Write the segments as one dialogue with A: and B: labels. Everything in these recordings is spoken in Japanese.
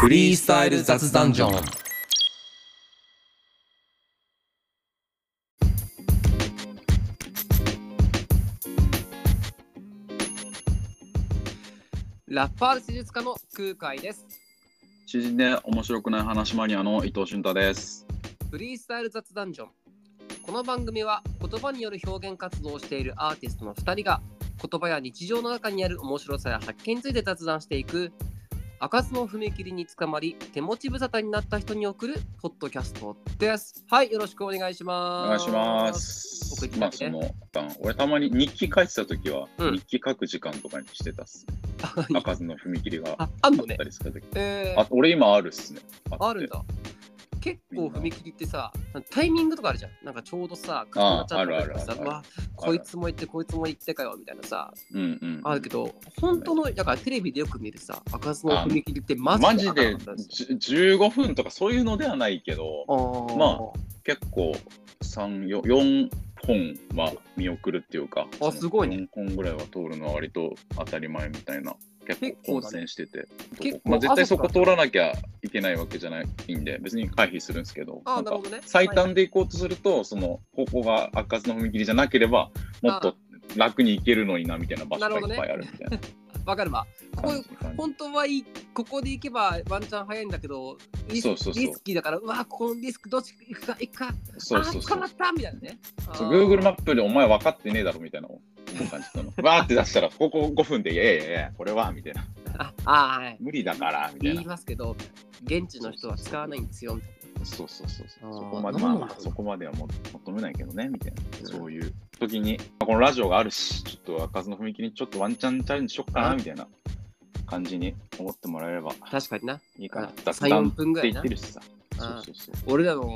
A: フリースタイル雑談ジョン
B: ラッパーで施術家の空海です。
C: 詩人で面白くない話マニアの伊藤俊太です。
B: フリースタイル雑談ジョン。この番組は言葉による表現活動をしているアーティストの2人が言葉や日常の中にある面白さや発見について雑談していく開かずの踏切につかまり手持ち無沙汰になった人に送るポッドキャストです。はい、よろしくお願いし
C: お
B: ます。
C: 願いします。
B: 送
C: ま
B: りた
C: あ
B: く
C: そ
B: ね
C: の段、俺たまに日記書いてた時は、
B: うん
C: 日記書く時間とかにしてたっすね。開かずの踏切があ
B: あ、あんの
C: っ
B: ね
C: た。りする時。
B: えー
C: あ、俺今あるっすね。って
B: あるん。だ。結構踏切ってさ、タイミングとかあるじゃん。なんかちょうどさ、くなっちゃったりとか
C: あるあるあ
B: さ、
C: る
B: うわ、こいつも行って、こいつも行ってかよみたいなさ、
C: うんうん。
B: あるけど、本当の、だからテレビでよく見るさ、開かずの踏切ってマ
C: マ
B: ジ
C: ジ
B: で
C: で
B: あかんかったし。
C: じゅ15分とかそういうのではないけど、ま
B: ま
C: 結構3、4 4本は見送るっていうか、
B: あすごいね
C: 4本ぐらいは通るのは割と当たり前みたいな。結
B: 結構
C: 構
B: だね
C: 混戦してて。
B: 結構
C: まあ、絶対そこ
B: あそっ
C: 通らなきゃいけないわけじゃないんで、別に回避するんですけど、
B: あ
C: な
B: ー
C: ん
B: な
C: か
B: るほどね。
C: 最短で行こうとすると、その方向が開かずの踏切じゃなければ、もっと楽に行けるのになみたいな場所がいっぱいあるみたいな
B: はいわかるわ。ここ
C: 感じ。感じ
B: 本当はいいここで行けばワンチャン早いんだけど、リス
C: そうそうそう
B: リスキーだから、うわ、このリスクどっち行くか、行くか、
C: そうそう
B: あー
C: そ
B: 捕ま
C: う
B: っ。たみたいなね。
C: そう
B: あー
C: Google マップでお前分かってねえだろみたいなの思う感じ なの。わーって出したら、ここ5分で、いやいやいや、これはみたいな。
B: ああー、はい。
C: 無理だからみたい
B: 言い
C: な。
B: ますけど、現地の人は使わないんですよみたい
C: そうそうそうそう。
B: あー
C: そこまで、
B: な
C: ま
B: ん
C: あ
B: なんだろう
C: まあ、そこまではも求めないけどね、みたいな。
B: うん
C: そういう時に、このラジオがあるし、ちょっと開かずの踏切にちょっとワンチャンチャレンジしよっか
B: あ
C: な、みたいな感じに思ってもらえれば
B: な。確かにな。
C: いいかな。
B: あ
C: 雑
B: 3、4
C: 談っ
B: 分ぐら
C: て
B: い
C: 言っ
B: な
C: て。るしさ。そう
B: あ
C: そうそう。
B: 俺らの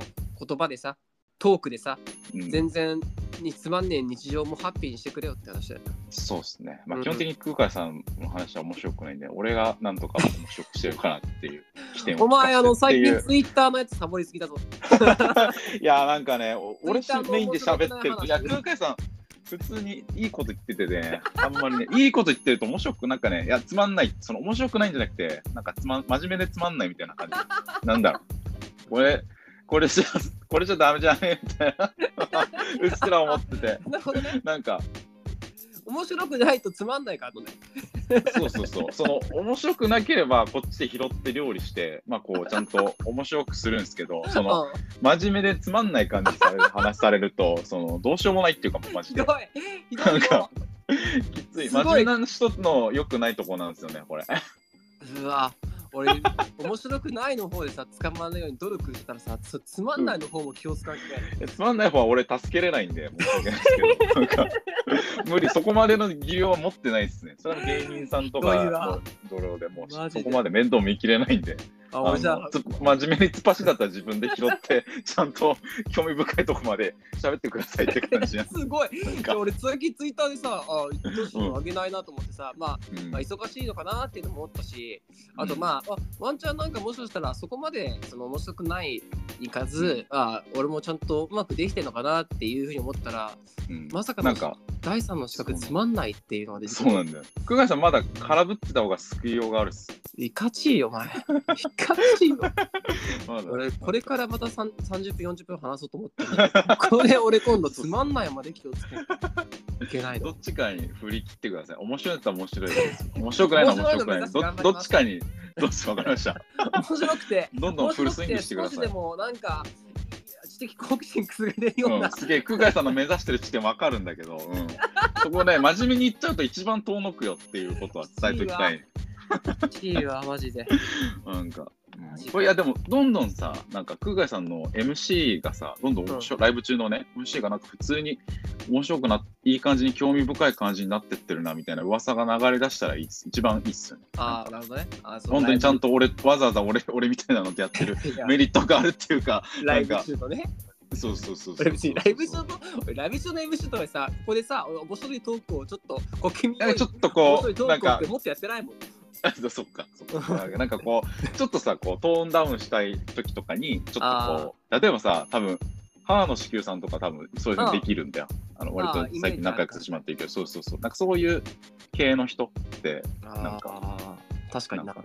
B: 言葉でさ、トークでさ、
C: うん
B: 全然につまんねえ日常もハッピーにしてくれよって話だよ。
C: そうですね。ま
B: う
C: あ、
B: ん
C: 基本的に空海さんの話は面白くないんで、俺がなんとか面白くしてるかなって いう起点を
B: お前、あ
C: 聞か
B: の、
C: せ
B: 最
C: てってい
B: 近
C: う
B: ツイッターのやつサボりすぎだぞ。
C: いや、なんかね、お俺
B: Twitter の
C: メインで喋ってる
B: 面白
C: と、
B: くない話
C: いや、空海さん、普通にいいこと言っててね、あんまりね、いいこと言ってると面白くなんかね、いや、つまんない、その面白くないんじゃなくて、なんかつまん、真面目でつまんないみたいな感 じ。なんだろう。これ、これじゃ、これじゃダメじゃねみたいな、うっすら思ってて、
B: なるほどね。
C: なんか、
B: 面白くないとつまんないからね。
C: そうそうそう、その面白くなければ、こっちで拾って料理して、まあ、こう、ちゃんと面白くするんですけ ど、その、
B: うん
C: 真面目でつまんない感じされる、話されると、その、どうしようもないっていうか、もうマ
B: ひ
C: ジ
B: ど
C: で
B: い。。ひど
C: ないんか
B: よ。
C: きつい。
B: すご
C: 真
B: い
C: 面目な人の良くないとこなんですよね、これ。
B: うわ。俺、面白くないの方でさ、捕まらないように努力してたらさ、つつまんないの方も気を使うけない。
C: つまんない方は俺助けれないんで、申し訳ないですけど、なんか、無理、そこまでの技量は持ってないですね。それは芸人さんと
B: ひどいわ
C: かの泥でもう、
B: マジで
C: そこまで面倒見きれないんで、
B: あ、
C: あの
B: 俺
C: つ
B: じゃあ、
C: 真面目に突っ走だったら自分で拾って、 ちゃんと興味深いとこまで喋ってくださいって感じなんです
B: ごい。
C: す。なん
B: で
C: か、
B: 俺最近ツイッターでさあどうしようあげないなと思ってさ、まあ、
C: うん
B: まあ忙しいのかなっていうのも思ったしあと
C: うん
B: まあ,、あワンチャンなんかもしかしたらそこまでその面白くないいかず、あ俺もちゃんとうまくできてるのかなっていうふうに思ったら
C: うん
B: まさかの
C: なんか、
B: 第三の資格つまんないっていうのが出てきて
C: そうなんだよ。久我さん、まだ空振ってた方が救いようがあるっす。
B: いかちいよお 前いかちいよ
C: まだ
B: 俺これからまたさん30分40分話そうと思ってんだけどこれ俺今度つまんないまで気をつけないといけない
C: ど
B: の
C: っちかに振り切ってください。面白いやつは面白いです。面白くないのは面白くないです。どどっちかに、どっちか分かりま した。
B: 面白くて
C: どんどんフルスイングしてくだ
B: 少
C: さ
B: し
C: い
B: で。もなんか知的好奇心くすぐれるよう
C: う
B: な、
C: ん、すげえ、空海さんの目指してる地点分かるんだけど、うん、そこね、真面目に言っちゃうと一番遠のくよっていうことは伝えておきたい。
B: いいわマジで
C: なんか、
B: マ
C: う
B: ジか
C: ん、これいやでも、どんどんさ、なんか空海さんの MC がさ、どんどん面白い、ライブ中のね、MC がなんか普通に面白くな、いい感じに興味深い感じになってってるなみたいな噂が流れ出したらいいっす一番いいっすよね。
B: ああなるほどねあそう
C: 本当にちゃん
B: と
C: と俺、わざわざ俺、俺みたいなのでやってるメリットがあるっていうか、
B: ライブ
C: なんか
B: 中のね
C: そうそうそうそう。
B: 俺別にライブ中の俺ライブ中の MC とかでさここでさ面白いトークをちょっとこう君
C: なんかちょっと
B: 面
C: こ
B: 白いト
C: う、
B: ー
C: なん
B: クをっ
C: か
B: て、もっとやってないもん
C: そっか、そっか。なんかこう、ちょっとさ、こう、トーンダウンしたい時とかに、ちょっとこう、例えばさ、多分、母の子宮さんとか多分、そういうのできるんだよ。あの、
B: あー
C: 割と最近仲良くしてしまっているけど、そうそうそう。なんかそういう系の人って、
B: あ
C: んか
B: あ確かにな
C: なん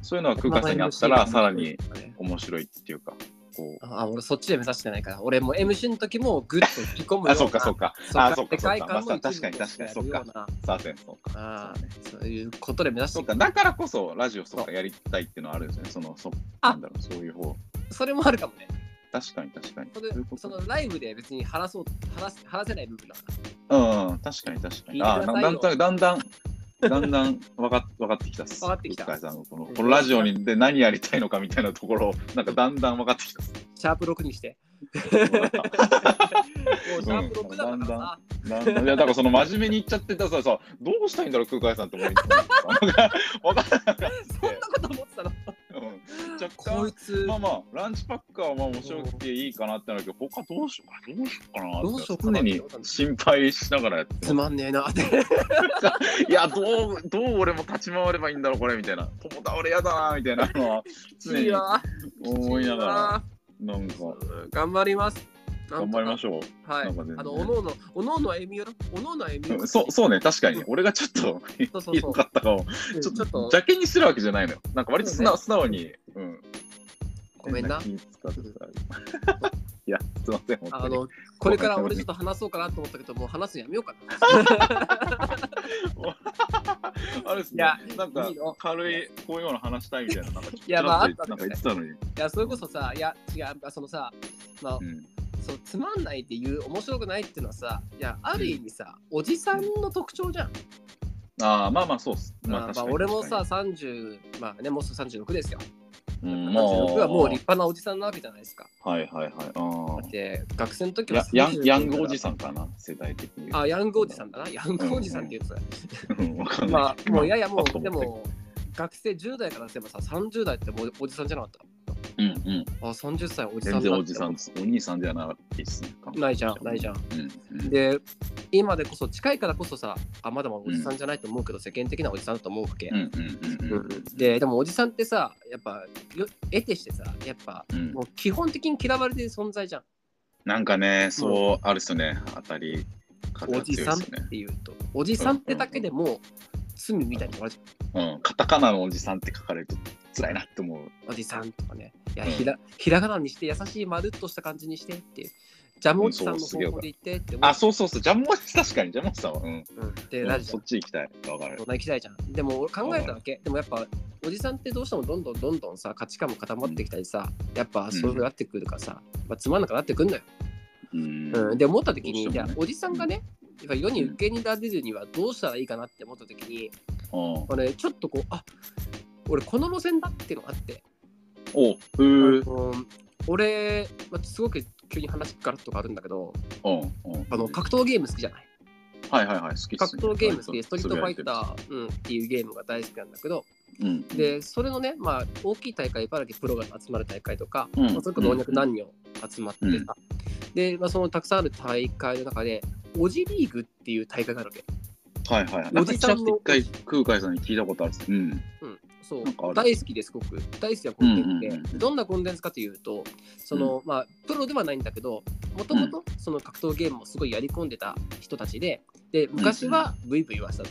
C: そういうのは空間さんにあったら、さらに面白いっていうか、こう。
B: ああ俺そっちで目指してないから俺もう MC の時もグッと引き込むような
C: あ、そうか、そうか。あ、そうか、
B: 世
C: そう
B: 界
C: か。まあ
B: 観
C: さ
B: も
C: 確かに、確かに、そうか。さて、そうか。
B: ああそういうことで目指し
C: そ
B: て
C: うか、だからこそ、ラジオそうかやりたいっていうのはあるんですよね。その、そ
B: あ
C: なんだろう、そういう方。
B: それもあるかもね
C: 確かに、確かに。
B: そ
C: そ
B: れ
C: ういうこ
B: そ
C: と
B: のライブで別に話そう話す話せない部分だから
C: うんうん、確かに、確かに。
B: 聞い
C: あ、
B: てく
C: だ
B: だ
C: ん
B: さい
C: だんだん
B: よ、
C: だん、だんだん分かっ分かってきたっす。
B: 分かってきた
C: うっかいさんのこのこのラジオにで何やりたいのかみたいなところを、なんかだんだん分かってきたっす。
B: シャープ6にして
C: なんか
B: もうシャープ6だからさ、
C: なんだいやだからその真面目に言っちゃってたらさ、どうしたいんだろう、空海さんって思いつつなんかわかんなくなっ
B: そんなこと思ってたの
C: て、うん、
B: こ
C: 若
B: いつ
C: 干、まあまあ、ランチパックはまあ面白くていいかなってなるけど、他どうしようかな、どうしようかなって、
B: どうしようかな
C: 常に心配しながらやって
B: つ
C: ま
B: まんねえなって
C: す。いや、どう、どう俺も立ち回ればいいんだろう、これみたいな、友倒れやだな、みたいなのは、常に 思いながら、なんか、
B: 頑張ります
C: 頑張りましょう。
B: うはい
C: な
B: あ
C: んか全然
B: のおのおのおのおの歩み寄ろおのおの歩み寄ろ
C: そうそうね、確かにね、俺がちょっと
B: そうそうそう
C: 良かったかも。
B: う
C: ち
B: んち
C: ょ
B: ょ
C: っ
B: っ
C: と
B: と
C: 邪険にしてるわけじゃないのよ。なんか割と素直,、素直に、うん。
B: ごめんな
C: 変気使ってた いや、すいません、本当
B: あ
C: に。
B: のこれから俺ちょっと話そうかなと思ったけどもう話すのやめようかな
C: あれですね
B: いや、
C: なんか
B: いいの
C: 軽い、こういうような話したいみたいな、なんかちょっと
B: いやまあ
C: ちらっとな
B: あ
C: ん
B: っ
C: か言
B: たんだ
C: ってたのに。
B: いやそれこそさいや違うやっぱそのさまあ
C: うん
B: そのつまんないっていう面白くないっていうのはさいやある意味さ、おじさんの特徴じゃん、
C: ああ、まあまあ、そうっす。
B: まあ
C: まあ、
B: まあ俺もさ、30まあねもうすぐ36ですよ、
C: 確かに、うんまあ、
B: 36はもう立派なおじさんなわけじゃないですか
C: はいはいはい。ああ
B: で学生の時
C: や
B: は
C: ヤンヤングおじ
B: ん
C: さんかな、世代的に。
B: あヤングおじさんだなヤングおじさんって言うとさ、
C: うん、わかんない
B: まあもういやいやも
C: パッと
B: う
C: 思っ
B: で
C: て
B: も学生10代からすればさ30代ってもうおじさんじゃなかっ
C: うんうん。
B: たあ30歳おじ
C: 全
B: さんだ
C: 然
B: って
C: おじさんです。お兄さんじゃないですね。
B: ないじゃんないじゃん
C: うんうん
B: で今でこそ近いからこそさあまだまだおじさんじゃないと思うけど、世間的なおじさんだと思うわけ、
C: うんうんうんうん
B: ででもおじさんってさやっぱよ得てしてさやっぱ
C: うん
B: もう基本的に嫌われてる存在じゃん
C: なんかね、そうあるっすよね、当たり方
B: お
C: が強い
B: じ
C: っす
B: さ
C: よ
B: んっ
C: ね。
B: ていうとおじさんってだけでも罪みたいに言われちゃ
C: うん、カタカナのおじさんって書かれると辛いなって思う。
B: うおじさんとかねいや
C: うん
B: ひらひらがなにして優しいまるっとした感じにしてっていうジャムおじさんの
C: うんそうす
B: 方
C: げえわ
B: 向
C: か
B: で言ってって思う
C: あ、そうそうそう、ジャムおじ 確かに、ジャムおじさんは。うん。
B: うんで
C: うん
B: なるじゃ
C: そ
B: ん
C: っち行きたい。わかる
B: 大。人行きたいじゃんでも俺考えたわけでもやっぱおじさんってどうしてもどんどんどんどんさ価値観も固まってきたりさやっぱそういうふうになってくるからさ、まあ、つまんなくなってくんのよ
C: うん
B: うん、で思った時
C: ど
B: に、
C: うし
B: じ
C: て
B: ゃ
C: も
B: あ
C: ね
B: おじさんがね、やっぱ世に受けに出るにはどうしたらいいかなって思った時に、
C: お
B: 俺ちょっとこう、あ俺この路線だっていうのがあって、
C: おうー。
B: うん俺、まあ、すごく急に話ガラッと変わるんだけど、
C: うん。うん
B: あの格闘ゲーム好きじゃない
C: はいはいはい、好きっすね
B: 格闘ゲーム好きで、ストリートファイタ。
C: はい
B: ー、うん、っていうゲームが大好きなんだけど、
C: うん。
B: で、それのね、まあ、大きい大会、茨城プロが集まる大会とか、
C: うん
B: まあ、それこそ老若男女集まってさ、で、まあ、そのたくさんある大会の中で、おじリーグっていう大会があるわけ。
C: はいはいはい。
B: おじさんの
C: なんかちらっと一回、空海さんに聞いたことあるっす。うん。
B: うん、そう
C: なんかある
B: 大好きですごく大好きなコンテンツで、
C: うんうんうんうん
B: どんなコンテンツかというとその、まあ、プロではないんだけどもともとその格闘ゲームをすごいやり込んでた人たちでで昔はブイブイはしたと、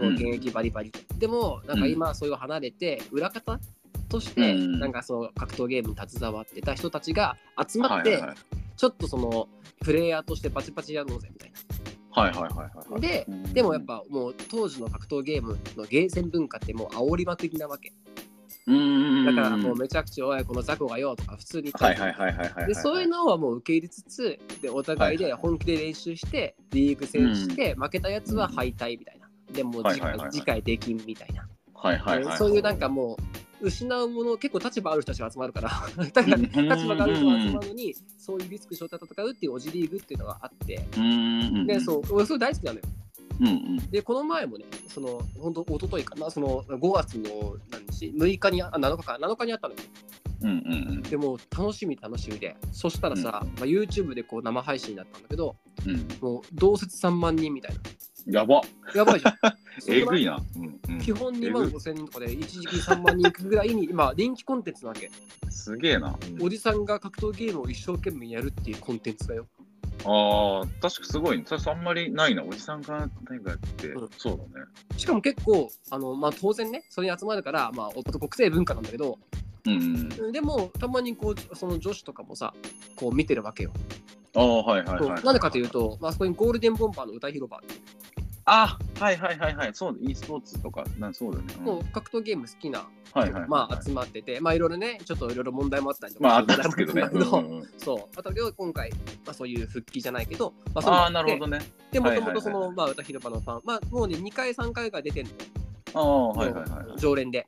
B: もう現役バリバリとでもなんか今はそれを離れて裏方とし
C: う
B: て、
C: ん
B: なんかその格闘ゲームに携わってた人たちが集ま
C: は
B: っ
C: いは
B: て、
C: いはい。
B: ちょっとそのプレイヤーとしてバチバチやろうぜみたいな。
C: はいはいはいはい。
B: で
C: うん
B: でもやっ、ぱもう当時の格闘ゲームのゲーセン文化ってもう煽りまくりなわけ。
C: うんうんうん。
B: だからもうめちゃくちゃ「おいこの雑魚がよ」とか普通に言った
C: は
B: り
C: いはいはいはいはい。
B: でそういうのはもう受け入れつつでお互いで本気で練習してリーグ戦して負けたやつは敗退みたいなでもう
C: はい
B: 次
C: はいはいはい
B: 回次回できんみたいな
C: はいはいはいは
B: で
C: い。
B: そういうなんかもう失うもの結構立場ある人たちが集まるから だから
C: うん
B: 立場がある人が集まるのにそういうリスク背負って戦うっていうオジリーグっていうのがあって
C: うん。
B: でそう俺それ大好きなのよ
C: うんうん。
B: でこの前もねその本当一昨日かなその5月の何日6日にあ7日か7日にあったのよ
C: うんうんうん。
B: でもう楽しみ楽しみでそしたらさ、
C: うん
B: まあ、YouTube でこう生配信だったんだけど
C: うん
B: もう同説3万人みたいな
C: やば。
B: やばいじゃん
C: えぐい
B: な
C: な。うんうん
B: 基本2万
C: え
B: 5千人とかで一時期3万人ぐらい に今人気コンテンツなわけ
C: すげえな。
B: おじさんが格闘ゲームを一生懸命やるっていうコンテンツだよ
C: ああ、確かすごいね。確かあんまりないな。おじさんが何かやって、
B: うん
C: そうだね。
B: しかも結構あの、まあ、当然ねそれに集まるから、まあ、男臭い文化なんだけど
C: うん。
B: でもたまにこうその女子とかもさこう見てるわけよ。
C: ああ、はいはいはい、
B: そうなんでかという。と、まあ、そこにゴールデンボンバーの歌広場っていう
C: あはいはいはいはい。そうだ、e スポーツとか、なんそうだよね。うん
B: もう格闘ゲーム好きな
C: はいはいは
B: 人
C: いは
B: が
C: い。
B: まあ集まってて、まあいろいろね、ちょっといろいろ問題もあったりとか、
C: まあ、あったんですけどね。
B: 問題もあったんだけ
C: うん
B: ど
C: うんうん
B: そう、あとで今回、まあ、そういう復帰じゃないけど、まあ、そういうの
C: ああ、なるほどね。
B: で、も
C: はい
B: と
C: はい
B: も
C: はい
B: とその、まあ、歌広場のファン、まあ、もうね、2回、3回ぐらい出てる
C: ああ、
B: の、
C: はいはいはい
B: もう。常連で。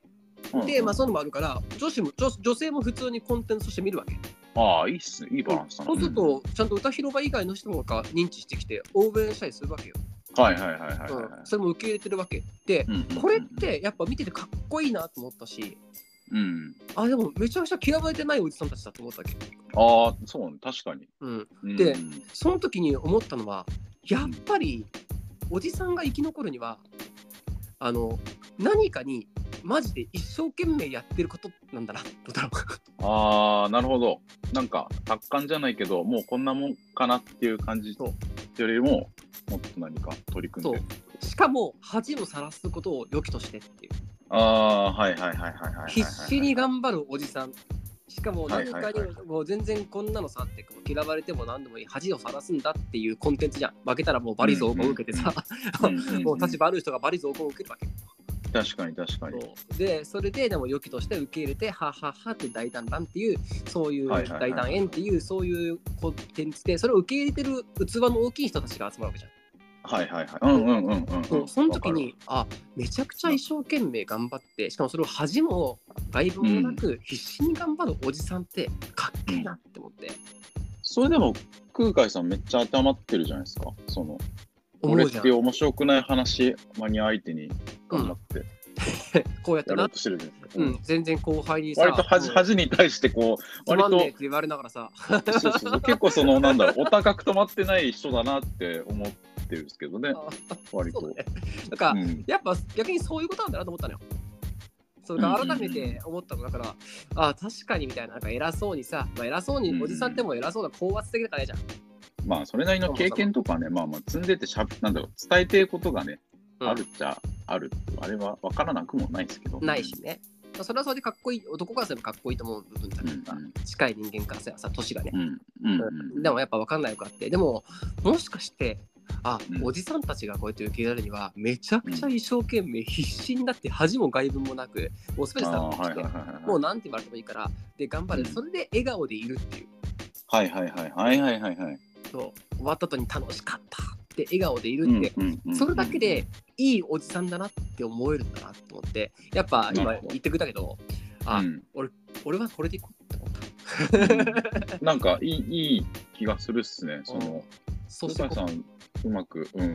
C: うん
B: で、まあ、そういうのもあるから、女子も女、女性も普通にコンテンツとして見るわけ。
C: ああ、いいっすね。いいバランスだな。
B: そうすると、ちゃんと歌広場以外の人が認知してきて、応援したりするわけよ。
C: うん、はいはいはいはいはいはい。
B: うんそれも受け入れてるわけ。で、
C: うんうんうん
B: これっ、て、やっぱ見ててかっこいいなと思ったし、
C: うん、
B: あ、でも、めちゃくちゃ嫌われてないおじさんたちだと思ったわけ。
C: ああ、そうね、確かに。
B: うん。
C: うん
B: でその時に思ったのはやっぱりおじさんが生き残るにはあの何かにマジで一生懸命やってることなんだなとだろ
C: ああ、なるほど。なんか、達観じゃないけど、もうこんなもんかなっていう感じ
B: そう
C: よりも、もっと何か取り組んでる。
B: うしかも恥をさらすことを良きとしてっていう
C: ああ、はいはいはいはいはいはいはい。
B: 必死に頑張るおじさんしかも何か
C: はい
B: に
C: はいは
B: もう全然こんなのさってこう嫌われても何でもいい恥をさらすんだっていうコンテンツじゃん負けたらもうバリ雑言を受けてさ
C: うんうんうん
B: もう立場ある人がバリ雑言を受けるわけ
C: 確かに確かに。
B: そうでそれででも良きとして受け入れてはははって大胆乱っていうそういう
C: はいはいはいはい
B: 大胆円っていうそういうコンテンツでそれを受け入れてる器の大きい人たちが集まるわけじゃん。
C: はいはいはい。うんうんうんうんうん。
B: その時にあめちゃくちゃ一生懸命頑張ってしかもそれを恥も外部もなく必死に頑張るおじさんってかっけえなって思って
C: それでも空海さんめっちゃ当てはまってるじゃないですか。その
B: 思
C: 俺
B: う
C: っ
B: じゃん
C: て。面白くない話マニア相手に頑張ってや
B: こうやって
C: ろう
B: な、
C: としてるじゃないですか。
B: う
C: うん
B: ん、全然後輩にさ
C: 割と恥
B: もう
C: 恥に対してこう
B: つま
C: 割
B: んねえっ
C: と
B: て言われながらさ
C: そうそう そう結構そのなんだろうお高く止まってない人だなって思ってるんですけどね割と。
B: そううだねなんか
C: ん
B: やっぱ逆にそういうことなんだなと思ったのよ。それ
C: うんう
B: か
C: んうん
B: 改めて思ったのだから、ああ確かにみたいな、なんか偉そうにさ、まあ、偉そう
C: うんう
B: に、
C: ん
B: おじさんっても偉そうな高圧的だからねじゃん。
C: まあそれなりの経験とかねまあまあ積んでてしゃべなんだろう伝えてることがね
B: うん
C: あるっちゃあるってあれは分からなくもないですけど。
B: ないしね。まあそれはそれでかっこいい、男からすればかっこいいと思う部分だ
C: う
B: け
C: ん
B: どさ、近い人間からすればさ、年がね
C: う。んうんうん。
B: でもやっぱ分かんないのかって、でももしかして、あ、
C: うん
B: おじさんたちがこうやって受け入れるには、めちゃくちゃ一生懸命、必死になって恥も外分もなく、もうすべてさ
C: あー、はいはいはいはい
B: もうなんて言われてもいいから、で、頑張る、
C: うん
B: それで笑顔でいるっていう。
C: はいはいはいはいはいはいはい。
B: そう終わった後に楽しかったって笑顔でいるって、それだけでいいおじさんだなって思えるんだなと思ってやっぱ今
C: なるほど
B: 言ってくれたけどあ、
C: うん
B: 俺はこれでいこうって思った
C: なんかいいいい気がするっすね。その、
B: そ
C: ト
B: して
C: カ
B: こ
C: さん、うまく、うん、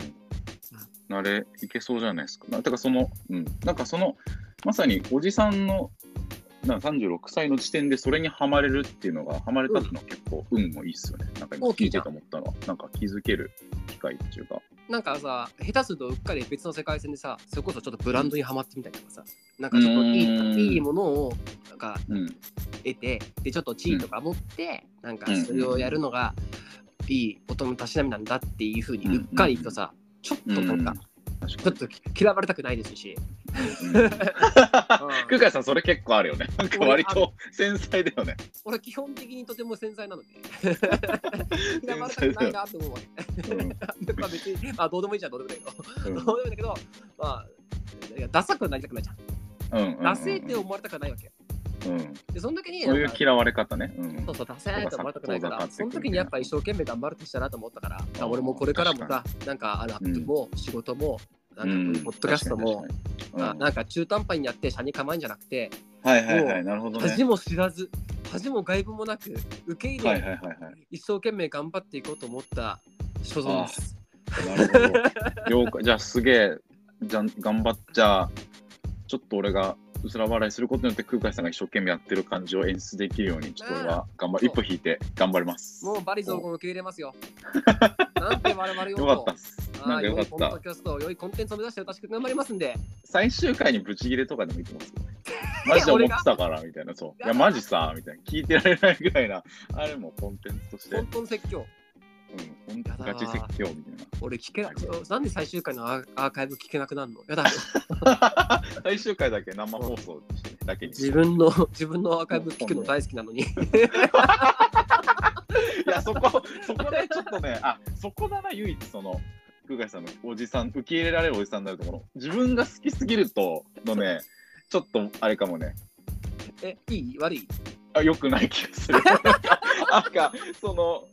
C: 慣れいけそうじゃないですか。なだからその、うん、なんかその、まさにおじさんの、なんか36歳の時点でそれにはまれるっていうのが、はまれたっていうのは結構運もいいっすよね。なんか今
B: 大き
C: 聞
B: い
C: い
B: じ
C: て
B: ゃん
C: て思ったのは、なんか気づける機会っていうか。
B: なんかさ下手するとうっかり別の世界線でさそれこそちょっとブランドにはまってみたりとかさなんかちょっと
C: う
B: い
C: ん
B: いいいものをなんか
C: うん。
B: 得てでちょっと地位とか持って、なんかそれをやるのがいい音のたしなみなんだっていうふうにうっかりとさ、ちょっとなんか、
C: 確
B: ちょっ
C: か
B: と嫌われたくないですし。
C: に。 うん空海さん、それ結構あるよね。なんか割と繊細だよね。
B: 俺基本的にとても繊細なの
C: 繊細だよね
B: で嫌われたくないなと思うわけ
C: うん
B: まあ別にまあどうでもいいじゃんどうでもいいけど
C: うん
B: どうでもいいんだけどまあいやダサくはなりたくないじゃん
C: うんうん
B: ダセーって思われたくはないわけ
C: うん
B: でその時に
C: そういう
B: なんか
C: 嫌われ方ね。うん
B: そうそうダセーって思われたくないか
C: 遠ざからってく
B: そ
C: る
B: の
C: ね
B: 時にやっぱ一生懸命頑張るとしたなと思ったから
C: あー
B: 俺もこれからもさ
C: 確
B: なんかあのア
C: うん
B: ップも仕事もなんかこういうポッドキャスト
C: う
B: も、
C: ん
B: あなんか中途半端にやって社に構えんじゃなくて
C: はいはいはい、なるほどね。
B: 恥も知らず恥も外部もなく受け入
C: はい
B: れ
C: はいはいは
B: 一生懸命頑張っていこうと思った所存です。
C: い。なるほど。了解。じゃあすげえ、じゃん頑張っちゃ、ちょっと俺がうすら笑いすることによって空海さんが一生懸命やってる感じを演出できるように、ちょっと俺は頑張
B: うん
C: 一歩引いて頑張ります。
B: もうバリ雑言受け入れますよ。なんて我々よ
C: よかったっす。
B: あ
C: なん
B: あ
C: かよ
B: 良
C: か
B: い
C: っ
B: コン
C: た
B: ト。キャスト、良いコンテンツを目指して私頑張りますんで。
C: 最終回にブチ切れとかでもいいと思うんですけどね。マジで思ってたから、みたいな、そう。いや、マジさ、みたいな。聞いてられないぐらいな、あれもコンテンツとして
B: 本。当の説教。
C: うん、本当ガチ説教みたいな。
B: 俺聞けななんで最終回のアーアーカイブ聞けなくなるのやだ
C: 最終回だけ生放送してだけに
B: 自 分の自分のアーカイブ聞くの大好きなのに
C: いやそこそこでちょっとねあそこだな唯一その福海さんのおじさん受け入れられるおじさんになるところ自分が好きすぎるとのねちょっとあれかもね
B: えいい悪い
C: あ良くない気がする なんかその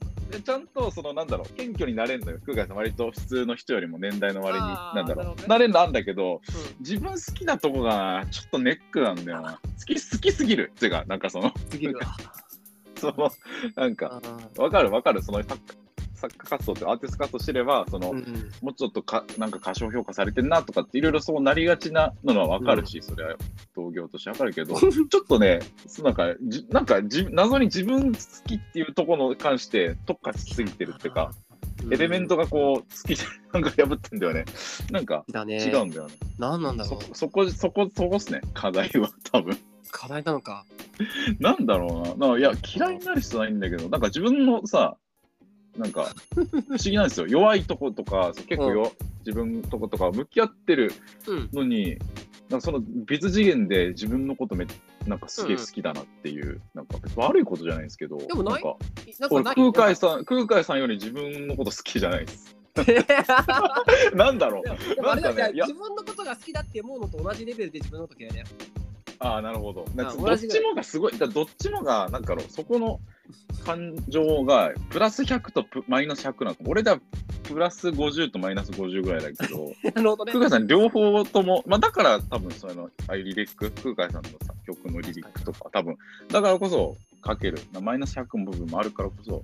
C: ちゃんとそのなんだろう謙虚になれんのよ福海さん割と普通の人よりも年代の割に
B: あー
C: なんだ
B: なる
C: ろ
B: ほどね
C: うなれんのあんだけど
B: う
C: 自分好きなとこがちょっとネックなんだよな好き好きすぎるっていうかなんかその
B: ん次は
C: そのなんか
B: あー
C: わかるわかる、その作作家活動ってアーティスト活動してれば、その、
B: うんうん
C: もうちょっとかなんか過小評価されてんなとかっていろいろそうなりがちなのはわかるし、それは同業としてわかるけど、 ちょっとね、そのなんか、じなんかじ謎に自分好きっていうところに関して特化しすぎてるっていうか、
B: うん
C: エレメントがこう、好きじゃなんか破ってんだよね。なんか
B: だね
C: 違うんだよね。
B: 何なんだろ
C: そうそこ、そこ、そこっすね、課題は 多分。
B: 課題なのか
C: なんだろうな。なんかいや、嫌いになる人ないんだけど、なんか自分のさ、なんか、不思議なんですよ。 弱いとことか、そう結構よ、自分のとことか向き合ってる
B: うん
C: のに、なんかその別次元で自分のことめ、なんかすげえ
B: うん
C: 好きだなっていう、なんか別に悪いことじゃないんですけど、
B: でもない
C: んか、
B: なんか
C: 俺、
B: ない
C: 空海 さん、空海さんより自分のこと好きじゃないです。 なん だろう
B: で。もでもあれだよ
C: なんかね
B: いや自分のことが好きだって思うのと同じレベルで自分 のこと嫌いだよ。
C: ああ、なるほど。なんか
B: うん
C: どっちもがすごい、だからどっちもが、なんかろうそこの感情が、プラス100とプマイナス100なの。俺だ、プラス50とマイナス50ぐらい だけど、
B: なるほどね
C: 空。海さん両方とも、まあだから多分その、ああいうリリック、空海さんのさ曲のリリックとか、多分、だからこそ書ける。まあマイナス100の部分もあるからこそ、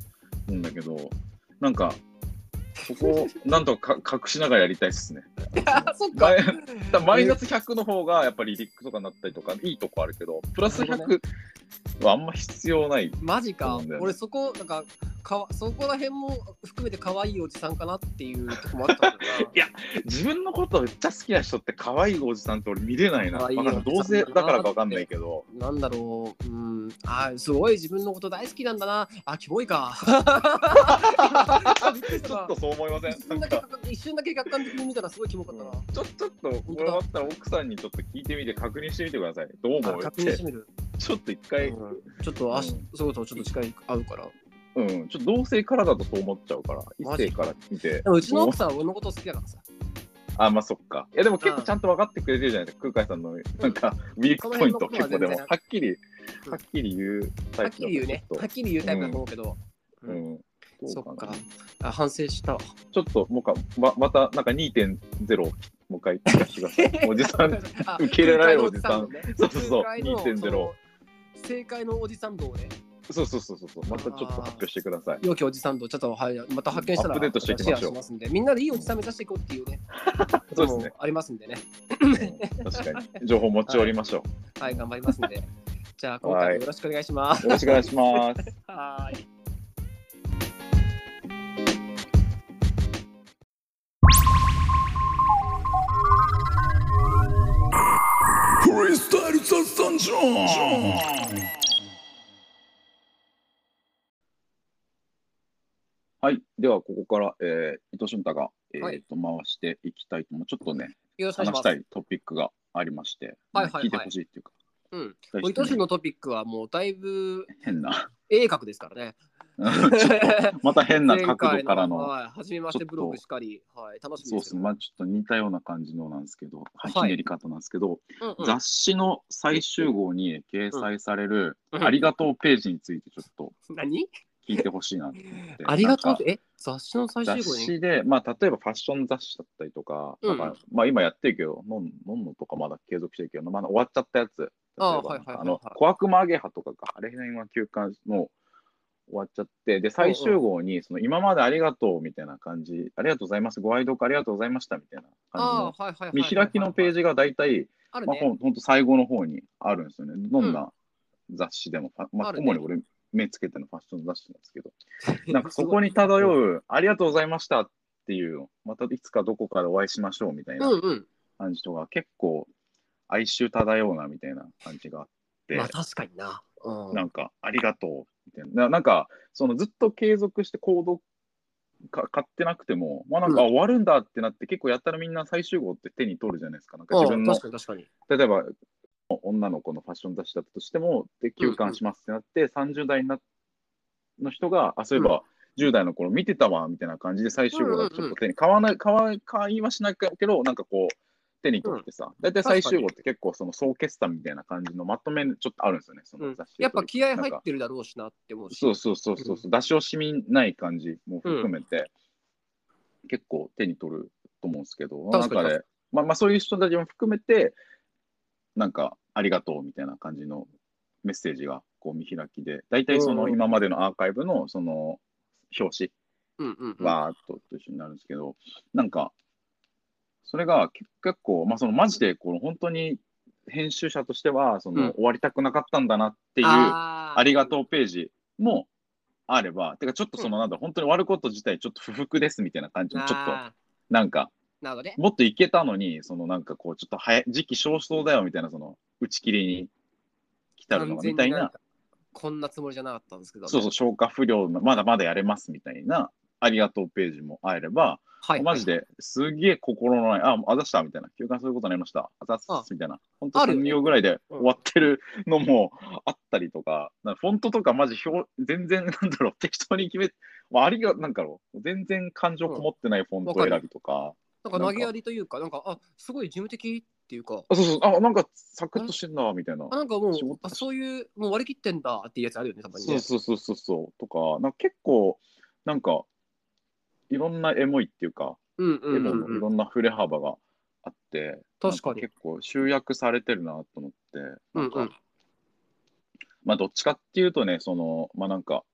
C: なんだけど、なんか、そこをなんとかか隠しながらやりたいっすね。
B: あそっ
C: マ
B: か
C: イ。 だからマイナス100の方がやっぱりリリックとかになったりとかいいとこあるけどプラス
B: なるほど
C: 100はあんま必要ない
B: マジか
C: そうなんだよ。ね。
B: 俺そこなんかかわそこら辺も含めて可愛いおじさんかなって いうとこもあったんだよな
C: 自分のことめっちゃ好きな人って可愛いおじさんって俺見れないな
B: 可愛い
C: わかんないどうせ
B: おじさん
C: だからかわかんないけ ど
B: なんだろう、うん、あーすごい自分のこと大好きなんだな、あ、キモいか。びっくりし
C: ち
B: た
C: ょ
B: な
C: っとそう思いません
B: 一瞬だけ客観一瞬だけ客観的に見たらすごいキモかったな。
C: ちょちょっとこれ終わったら奥さんにちょっと聞いてみて確認してみてくださいどう思
B: あ
C: うっ
B: 確認しててみる。
C: ちょっと一回
B: うんちょっと、あ、
C: うん
B: そうそう、ちょっと近い合うから。
C: うんちょっと同性からだとそう思っちゃうから
B: マ
C: 異
B: ジ
C: 性から見て
B: でもうちの奥さんは俺のこと好きだからさ。
C: あまあそっかいやでも結構ちゃんと分かってくれてるじゃないですか空海さんのなんかウィークポイント
B: その辺のこと
C: 結構
B: は全
C: で
B: 然
C: もはっきりはっきり言うタ
B: はっ
C: イプ
B: きり言うね。はっきり言うタイプだと思うけど。
C: う
B: うん
C: ん
B: そっ
C: どう
B: か
C: な。
B: あ反省 したわ。
C: ちょっともうかままたなんか2.0をもう一回聞かせてくださいおじさん
B: あ
C: 受け入れられるおじさん
B: のね
C: そうそうそう
B: 正解の
C: 2.0
B: その正解のおじさん道をね。
C: そうそうそうそうそうまたちょっと発表してください
B: 良きおじさん道、ちょっとはいまた発見したら
C: アップデートしていきましょう
B: シェアますんで、みんなでいいおじさん目指していこうっていうね。
C: そうですね。
B: ありますんでね。
C: うん確かに情報持ち寄りましょ
B: はい、頑張りますんで。じゃあ、今回もよろしくお願いします
C: う。よろしくお願いします
B: はーい。
A: フリースタイル雑談ジョン
C: はいではここから、えー、伊藤俊太が、えー
B: はい
C: と回していきたいと思うちょっとね
B: よろしくお願
C: 話
B: い
C: し
B: したます。
C: いトピックがありまして、
B: はいはいはい
C: 聞いてほしいっていうか
B: うん。
C: 期
B: お
C: 待し
B: い
C: て
B: と
C: ね
B: しのトピックはもうだいぶ
C: 変 な
B: 鋭角ですからね。
C: また変な
B: 前
C: 角
B: 回
C: 度からの
B: はい、初めまし
C: ち
B: て
C: ょっと
B: ブログしかり、はい、楽しみ
C: そう
B: で
C: ですす
B: よ
C: ね、まあ、ちょっと似たような感じのなんですけど、はい
B: はい
C: ひねり方なんですけど、
B: うんうん
C: 雑誌の最終号に掲載される、
B: うん
C: ありがとうページについてちょっと
B: 何
C: 聞いてほしいなと思って。
B: ありがとう
C: なんか
B: え雑誌の最終
C: 雑
B: 号に
C: 誌で、まあ、例えばファッション雑誌だったりとか、
B: うん
C: なんかまあ、今やってるけど、のんのんのとかまだ継続してるけど、まだ終わっちゃったやつ、例えば
B: あはいはいはいはい
C: あの小悪魔アゲハとかが、あれ辺は休刊の終わっちゃって、で、最終号に、その今までありがとうみたいな感じ、ありがとうございます、ご愛読ありがとうございましたみたいな感じの
B: あーはいはいはいはい
C: 見開きのページが大体、
B: ある
C: まあ、
B: ね
C: ほんほんと最後の方にあるんですよね。どんな雑誌でも、ファま
B: あ
C: あ、
B: るね
C: 主に俺目つけてるのファッション雑誌なんですけど、 なんかそこに漂う、ありがとうございましたっていうの、またいつかどこかでお会いしましょうみたい
B: うん
C: な
B: うん
C: 感じとか、結構哀愁漂うなみたいな感じがあって、
B: まあ確かになうん
C: なんかありがとうみたいな。ななんか、そのずっと継続して行動か買ってなくても、まあなんか、
B: うん
C: あ終わるんだってなって、結構やったらみんな最終号って手に取るじゃないですか。なんか
B: ああ
C: 自分の
B: 確、かに確かに。
C: 例えば女の子のファッション雑誌だったとしても、で、休館しますってなって、30代になの人が、あ、そういえば、10代の頃見てたわみたいな感じで最終号だとちょっと手に買わない、買わ買いはしないけど、なんかこう手に取ってさ、大体最終号って結構その総決算みたいな感じのまとめちょっとあるんですよね、そ
B: うん
C: の雑誌、
B: やっぱ気合入
C: なん
B: っ
C: か
B: てるだろうしなって思うし。
C: そうそうそうそう、う出し惜しみない感じも含めて、結構手に取ると思うんですけど、
B: 確
C: な
B: か
C: ん
B: に
C: かね、まあ、まあそういう人たちも含めて、なんかありがとうみたいな感じのメッセージがこう見開きで、大体そ
B: うんう
C: の
B: ん
C: 今までのアーカイブのその表
B: うんうんうん
C: 紙、わーっとと一緒になるんですけど、なんか、それが結結構、まあ、そのマジでこの本当に編集者としてはその、
B: うん
C: 終わりたくなかったんだなっていう。
B: あー
C: ありがとうページもあれば、てかちょっとそのなんだ、本当に悪いこと自体ちょっと不服ですみたいな感じもちょっと、
B: あ
C: なんか、
B: ーなるほどね。
C: もっといけたのに、そのなんかこう、ちょっと早い、時期尚早だよみたいな、その、打ち切りに来たるのがみたい
B: 完全にん
C: な、
B: か。こんなつもりじゃなかったんですけど。
C: そうそう、消化不良の、まだまだやれますみたいな、ありがとうページもあれば、
B: はい。
C: マジですげえ心のない、あ、あざしたみたいな、休館そういうことになりました、あざっす
B: あ
C: みたいな、本当
B: あるよ
C: 3
B: ね
C: 行ぐらいで
B: うん
C: 終わってるのもあったりとか、なんかフォントとかマジ表、全然なんだろう、適当に決め、まあ、ありが、なんかろう、全然感情こもってないフォント選びとか、
B: なんか投げやりというか、なんか、あすごい事務的っていうか、
C: あ、そうそう、あ、なんかサクッとしてんな、みたいな
B: あ。なんかもう
C: 仕事、
B: あそういう、もう割り切ってんだっていうやつあるよね、たまに
C: そう
B: ね。
C: そうそうそうそう、とか、なんか結構、なんか、いろんなエモいっていうか、
B: うんう
C: で
B: んうん
C: もい
B: うん。
C: ろんな振れ幅があって、
B: 確かに
C: なん結構集約されてるなと思って、なんか
B: うんうん
C: まあどっちかっていうとね、その、まあなんか、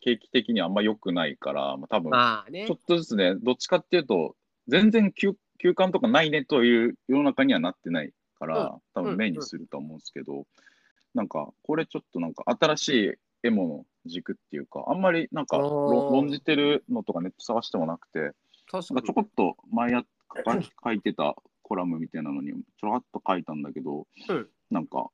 C: 景気的にあんま良くないから、まあ多分、
B: まあね
C: ちょっ。とずつね、どっちかっていうと、全然休休館とかないねという世の中にはなってないから、多
B: うん
C: 分メインにすると思うんですけど、なんか、これちょっとなんか新しいエモの軸っていうか、あんまりなんか
B: あー
C: 論論じてるのとかネット探してもなくて、
B: 確
C: なん
B: か
C: かちょこ
B: に。
C: っと前やっか書いてたコラムみたいなのにちょろっと書いたんだけど、
B: うん
C: なんか、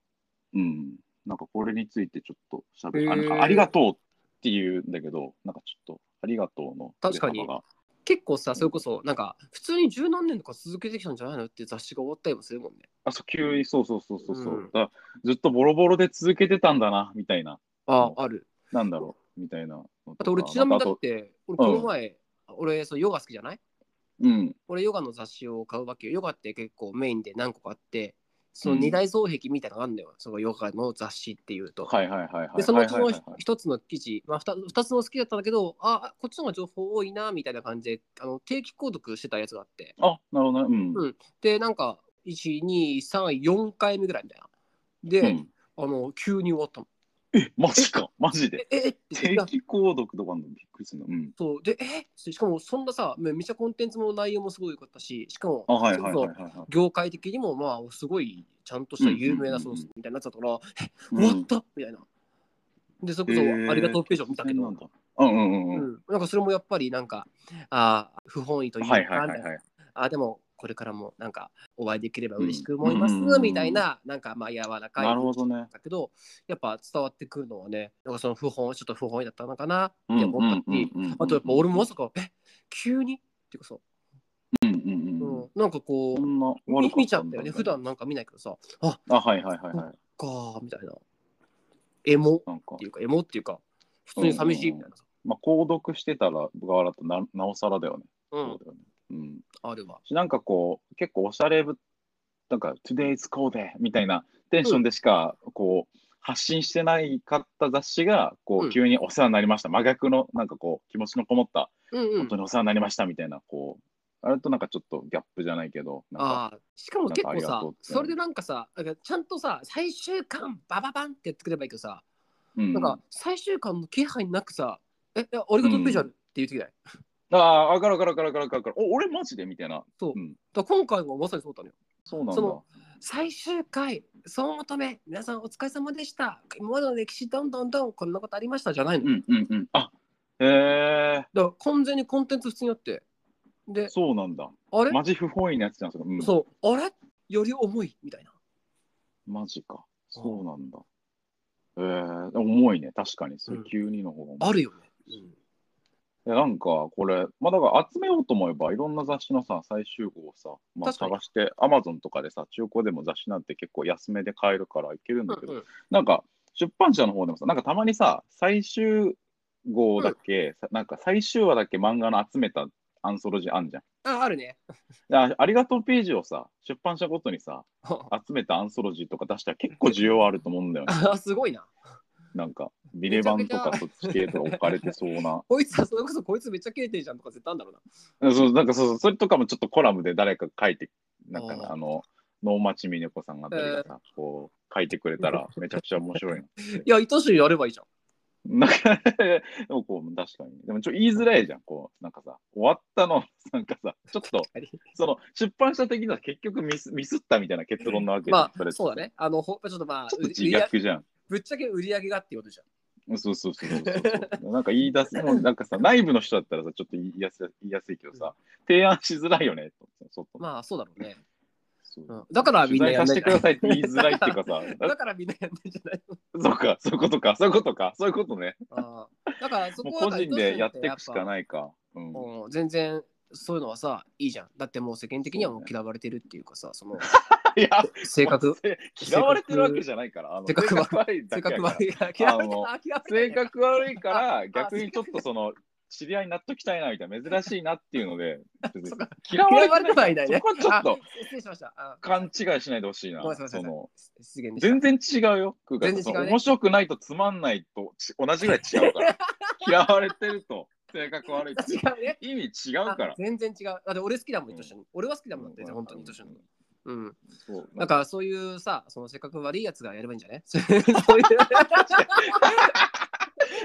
C: うん、なんかこれについてちょっとしゃべ
B: へー
C: あなんかありがとうっていうんだけど、なんかちょっとありがとうの
B: 確かに
C: 振れ幅が
B: 結構さ、それこそ、なんか、普通に十何年とか続けてきたんじゃないのって雑誌が終わったりもするもんね。
C: あそう急にそうそうそうそうそう、
B: うん
C: だからずっとボロボロで続けてたんだなみたいな、
B: ああ、ある。
C: なんだろうみたいなのとか。
B: あと俺、ちなみにだ
C: なん
B: っ
C: か
B: て、俺、この前、俺、そうヨガ好きじゃない
C: あとうん、
B: 俺ヨガの雑誌を買うわけよ。ヨガって結構メインで何個かあって、その
C: うん
B: 二大造壁みたいなのがあるんだよ。そのヨガの雑誌っていうと。
C: はいはいはいはい。
B: で、そのうち
C: は
B: の
C: いはいはいはい
B: 一つの記事、まあ二つ、二つも好きだったんだけど、あ、こっちの方が情報多いな、みたいな感じで、あの定期購読してたやつがあって、
C: あ、なるほどね。うん。
B: うんで、なんか、1、2、3、4回目ぐらいみたいな。
C: う
B: で、
C: ん
B: あの、急に終わったの。
C: え、マジか、マジで。
B: え、え、えって
C: 定期購読とかのびっくりするの。うん。
B: そうで、えしかもそんなさ、めめちゃコンテンツも内容もすごい良かったし、しかも、
C: あ、はいはい
B: そ
C: は
B: れ
C: い
B: こそ
C: はいはい。
B: 業界的にもまあすごいちゃんとした有名なソースみたいになっちゃったから、
C: うん
B: 終わったみたいな。で、それこ
C: へー
B: そありがとうページを見たけど、
C: なんだ。うんうんう
B: うん
C: うん。
B: ん、なんかそれもやっぱりなんか、あー不本意というか、
C: はいはいはいはい。
B: あーでもこれからもなんかお会いできれば嬉しく思います、
C: うん
B: みたいな、なんかまあ柔らかい。
C: なるほどね。
B: だけど、やっぱ伝わってくるのはね、なんかその不本、ちょっと不本意だったのかな
C: う
B: っ
C: ん
B: て
C: うん
B: 思ったし、
C: うんうん
B: あとやっぱ俺もまさか、え急にっていうかさ、
C: うんうん
B: う
C: うん
B: ん、なんかこ
C: こ
B: う、
C: んな悪
B: 見
C: か
B: 見ちゃったよね、
C: だ
B: 普段なんか見ないけどさ、あ
C: あ、はいはいはいはい。
B: かーみたいな。エモっ
C: なんか
B: てい、うか、エモっていうか、普通に寂しいみたいなさ。
C: まあ、購読してたら側だとななおさらだよね。
B: う、
C: そうんだよねうん。
B: あるわ。
C: しなんかこう、結構おしゃれぶ、なんか、Today's Code みたいなテンションでしか、こう、発信してないかった雑誌が、こ
B: う、
C: うん急にお世話になりました。真逆の、なんかこう、気持ちのこもった
B: うんう
C: 本
B: ん
C: 当。にお世話になりましたみたいな、こう、あれとなんかちょっとギャップじゃないけど、なんか、
B: ああ、しかも結構
C: なんかありが
B: さ
C: とうっ、て
B: それでなんかさ、なんかちゃんとさ、最終巻、バババンって作ればいいけどさ、
C: うん
B: なんか最終巻の気配なくさ、え、いやありがとうペジャルって言ってきない。
C: ああ、わかるわかるわかるわかるわかるお、俺マジでみたいな。
B: そう。
C: うん
B: だから今回もまさにそうだね。
C: そうなん
B: そ
C: だ。
B: の最終回、総求め、皆さんお疲れ様でした。今までの歴史、どんどんどん、こんなことありましたじゃないの。
C: うんうんうん。あへえ、
B: だから完全にコンテンツ普通にあって。で、
C: そうなんだ。
B: あれ
C: マジ不本意なやつじゃん、それ。うん、
B: そう、あれより重いみたいな。
C: マジか。そうなんだ。ええ重いね、確かに。それ
B: うん
C: 急にの方が重い。
B: あるよね。
C: えやなんかこれ、まあ、だから集めようと思えばいろんな雑誌のさ最終号をさ、まあ、
B: 確かに
C: 探してアマゾンとかでさ中古でも雑誌なんて結構安めで買えるからいけるんだけど、
B: うんうん
C: なんか出版社の方でもさなんかたまにさ最終号だけ、さなんか最終話だけ漫画の集めたアンソロジーあんじゃん。
B: あ、あるね。
C: あありがとうページをさ出版社ごとにさ
B: あ、
C: 集めたアンソロジーとか出したら結構需要あると思うんだよね。
B: すごいな。
C: なんかビレ版とかそっち系とか置かれてそうな。
B: こいつはそれこそこいつめっちゃ切れてるじゃんとか絶対あんだろう な。
C: そうなんかそうそうそれとかもちょっとコラムで誰か書いてなんか
B: あー
C: あの能町みね子さんあたりがさ、こう書いてくれたらめちゃくちゃ面白いの。
B: いや、糸種やればいいじゃん。
C: なんかでもこう確かにでもちょ言いづらいじゃんこうなんかさ終わったのなんかさちょっとその出版社的には結局ミスミスったみたいな結論なわけじゃん
B: ま
C: れって
B: あ、そうだね。あの、ほちょっとまあ、
C: ちょっと自
B: 売り上げ
C: 虐じゃん。
B: ぶっちゃけ売り上げがっていうことじゃん。
C: そうそうそうそうそう。なんか言い出す、もうなんかさ、内部の人だったらさ、ちょっと言いやす言いやすいけどさ、提案しづらいよね、と。そうそう
B: まあ、そうだろうね。
C: そう
B: うんだからみんな
C: 取材
B: やん
C: させ
B: ない
C: てく
B: じゃ
C: だ
B: ん。
C: さいって言いづらいっていうか さ、
B: だからみんなやんないんじゃない
C: そうか、そういうことか、そういうことか、そういうことね。
B: のあーだからそ
C: もう
B: こは
C: 個人でやっていくしか
B: い。
C: ないか。うん、
B: うん全然そういうのはさ、いいじゃん。だってもう世間的にはもう嫌われてるっていうかさ、その
C: いや、
B: 性格、
C: 嫌われてるわけじゃないから、あの
B: 性
C: 性
B: 格
C: 格悪いだ
B: 性
C: けや
B: 格
C: から
B: 悪いから嫌われて
C: あの
B: あ嫌われ
C: 性
B: て
C: 格悪いか
B: あ
C: ら、逆にちょっとその、知り合いになっときたいなみたいな、珍しいなっていうので、別
B: そっ
C: に
B: か
C: 嫌
B: 嫌わ
C: わ
B: れ
C: れ
B: て
C: て
B: は
C: ないい。
B: ない
C: そ
B: ね。
C: こはちょっ
B: あ
C: と
B: 失礼しました。あ
C: 勘違いしないでほしいな。
B: ごめんなさい
C: その
B: 失言でし
C: 全
B: た
C: 然違うよ。空間
B: 全然違うね
C: その面白くないとつまんないとち同じぐらい違う から。嫌われてると性格悪いと。
B: 違うね。
C: 意味違うから
B: あ。全然違う。だって俺好きだもん、
C: うん
B: 糸緒に。俺は好きだもんだって、
C: うん
B: 本当に糸緒に。うん。
C: そう
B: なん
C: か
B: かそういうさ、その性格悪いやつがやればいいんじゃね そう いう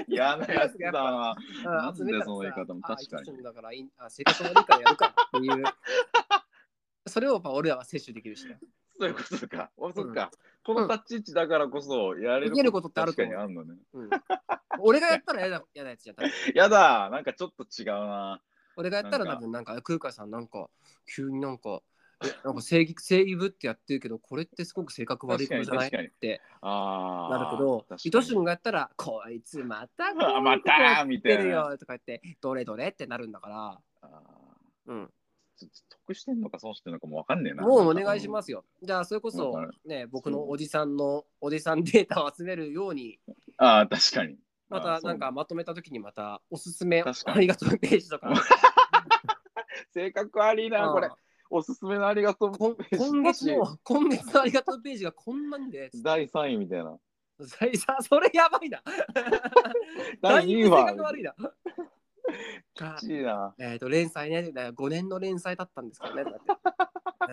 C: 嫌なやつだな。
B: あ
C: なんで
B: 集めたらさ
C: その言い方も確かに
B: あ一緒だからいいあ性格悪いからやるかっていう。 それをやっぱ俺らは摂取できるしね。
C: そういうことか。おそっ
B: う
C: か。この立ち位置だからこそやれる
B: できることってあると
C: 確か
B: 思う
C: にあるのね。
B: うん、俺がやったらやだやだやつじゃん。多分
C: やだ。なんかちょっと違うな。
B: 俺がやったら
C: なん
B: 多
C: か
B: 分なんか空海さんなんか急になんかえなんか正義正義ぶってやってるけどこれってすごく性格悪い
C: 確
B: こ
C: か
B: と
C: に
B: じゃな
C: 確
B: いっ
C: かに。
B: て
C: ああ。
B: なるけど
C: 確かに
B: 伊藤俊がやったらこいつまたこういう
C: あまた
B: こと
C: ー
B: やっ
C: みた
B: て
C: い
B: る
C: な。
B: よとか言ってどれどれってなるんだか
C: あー
B: ら、うん、
C: ちょっと得してんのか損してんのかもわかんねえな。。
B: もうお願いしますすよじゃあそれこそ
C: わかる
B: ね僕のおじさんのおじさんデータを集めるように
C: ああ、確かに。
B: ま
C: あ
B: た
C: そう
B: なんかまとめた時にまたおすすめ
C: 確か
B: あ
C: に
B: りがとうページ とか
C: 性格悪いな、これ
B: うん。
C: おすすめのありがとう
B: こん
C: ページ
B: 今
C: だし
B: 月の今月のありがとうページがこんな にで
C: 第3位みたいな。
B: さそれやばいな。だ
C: 第
B: い
C: 2
B: ぶ
C: 位
B: 性格
C: は、
B: 悪いな。か
C: 1位な。
B: えっと、連載ね、5年の連載だったんですけどね。だ っ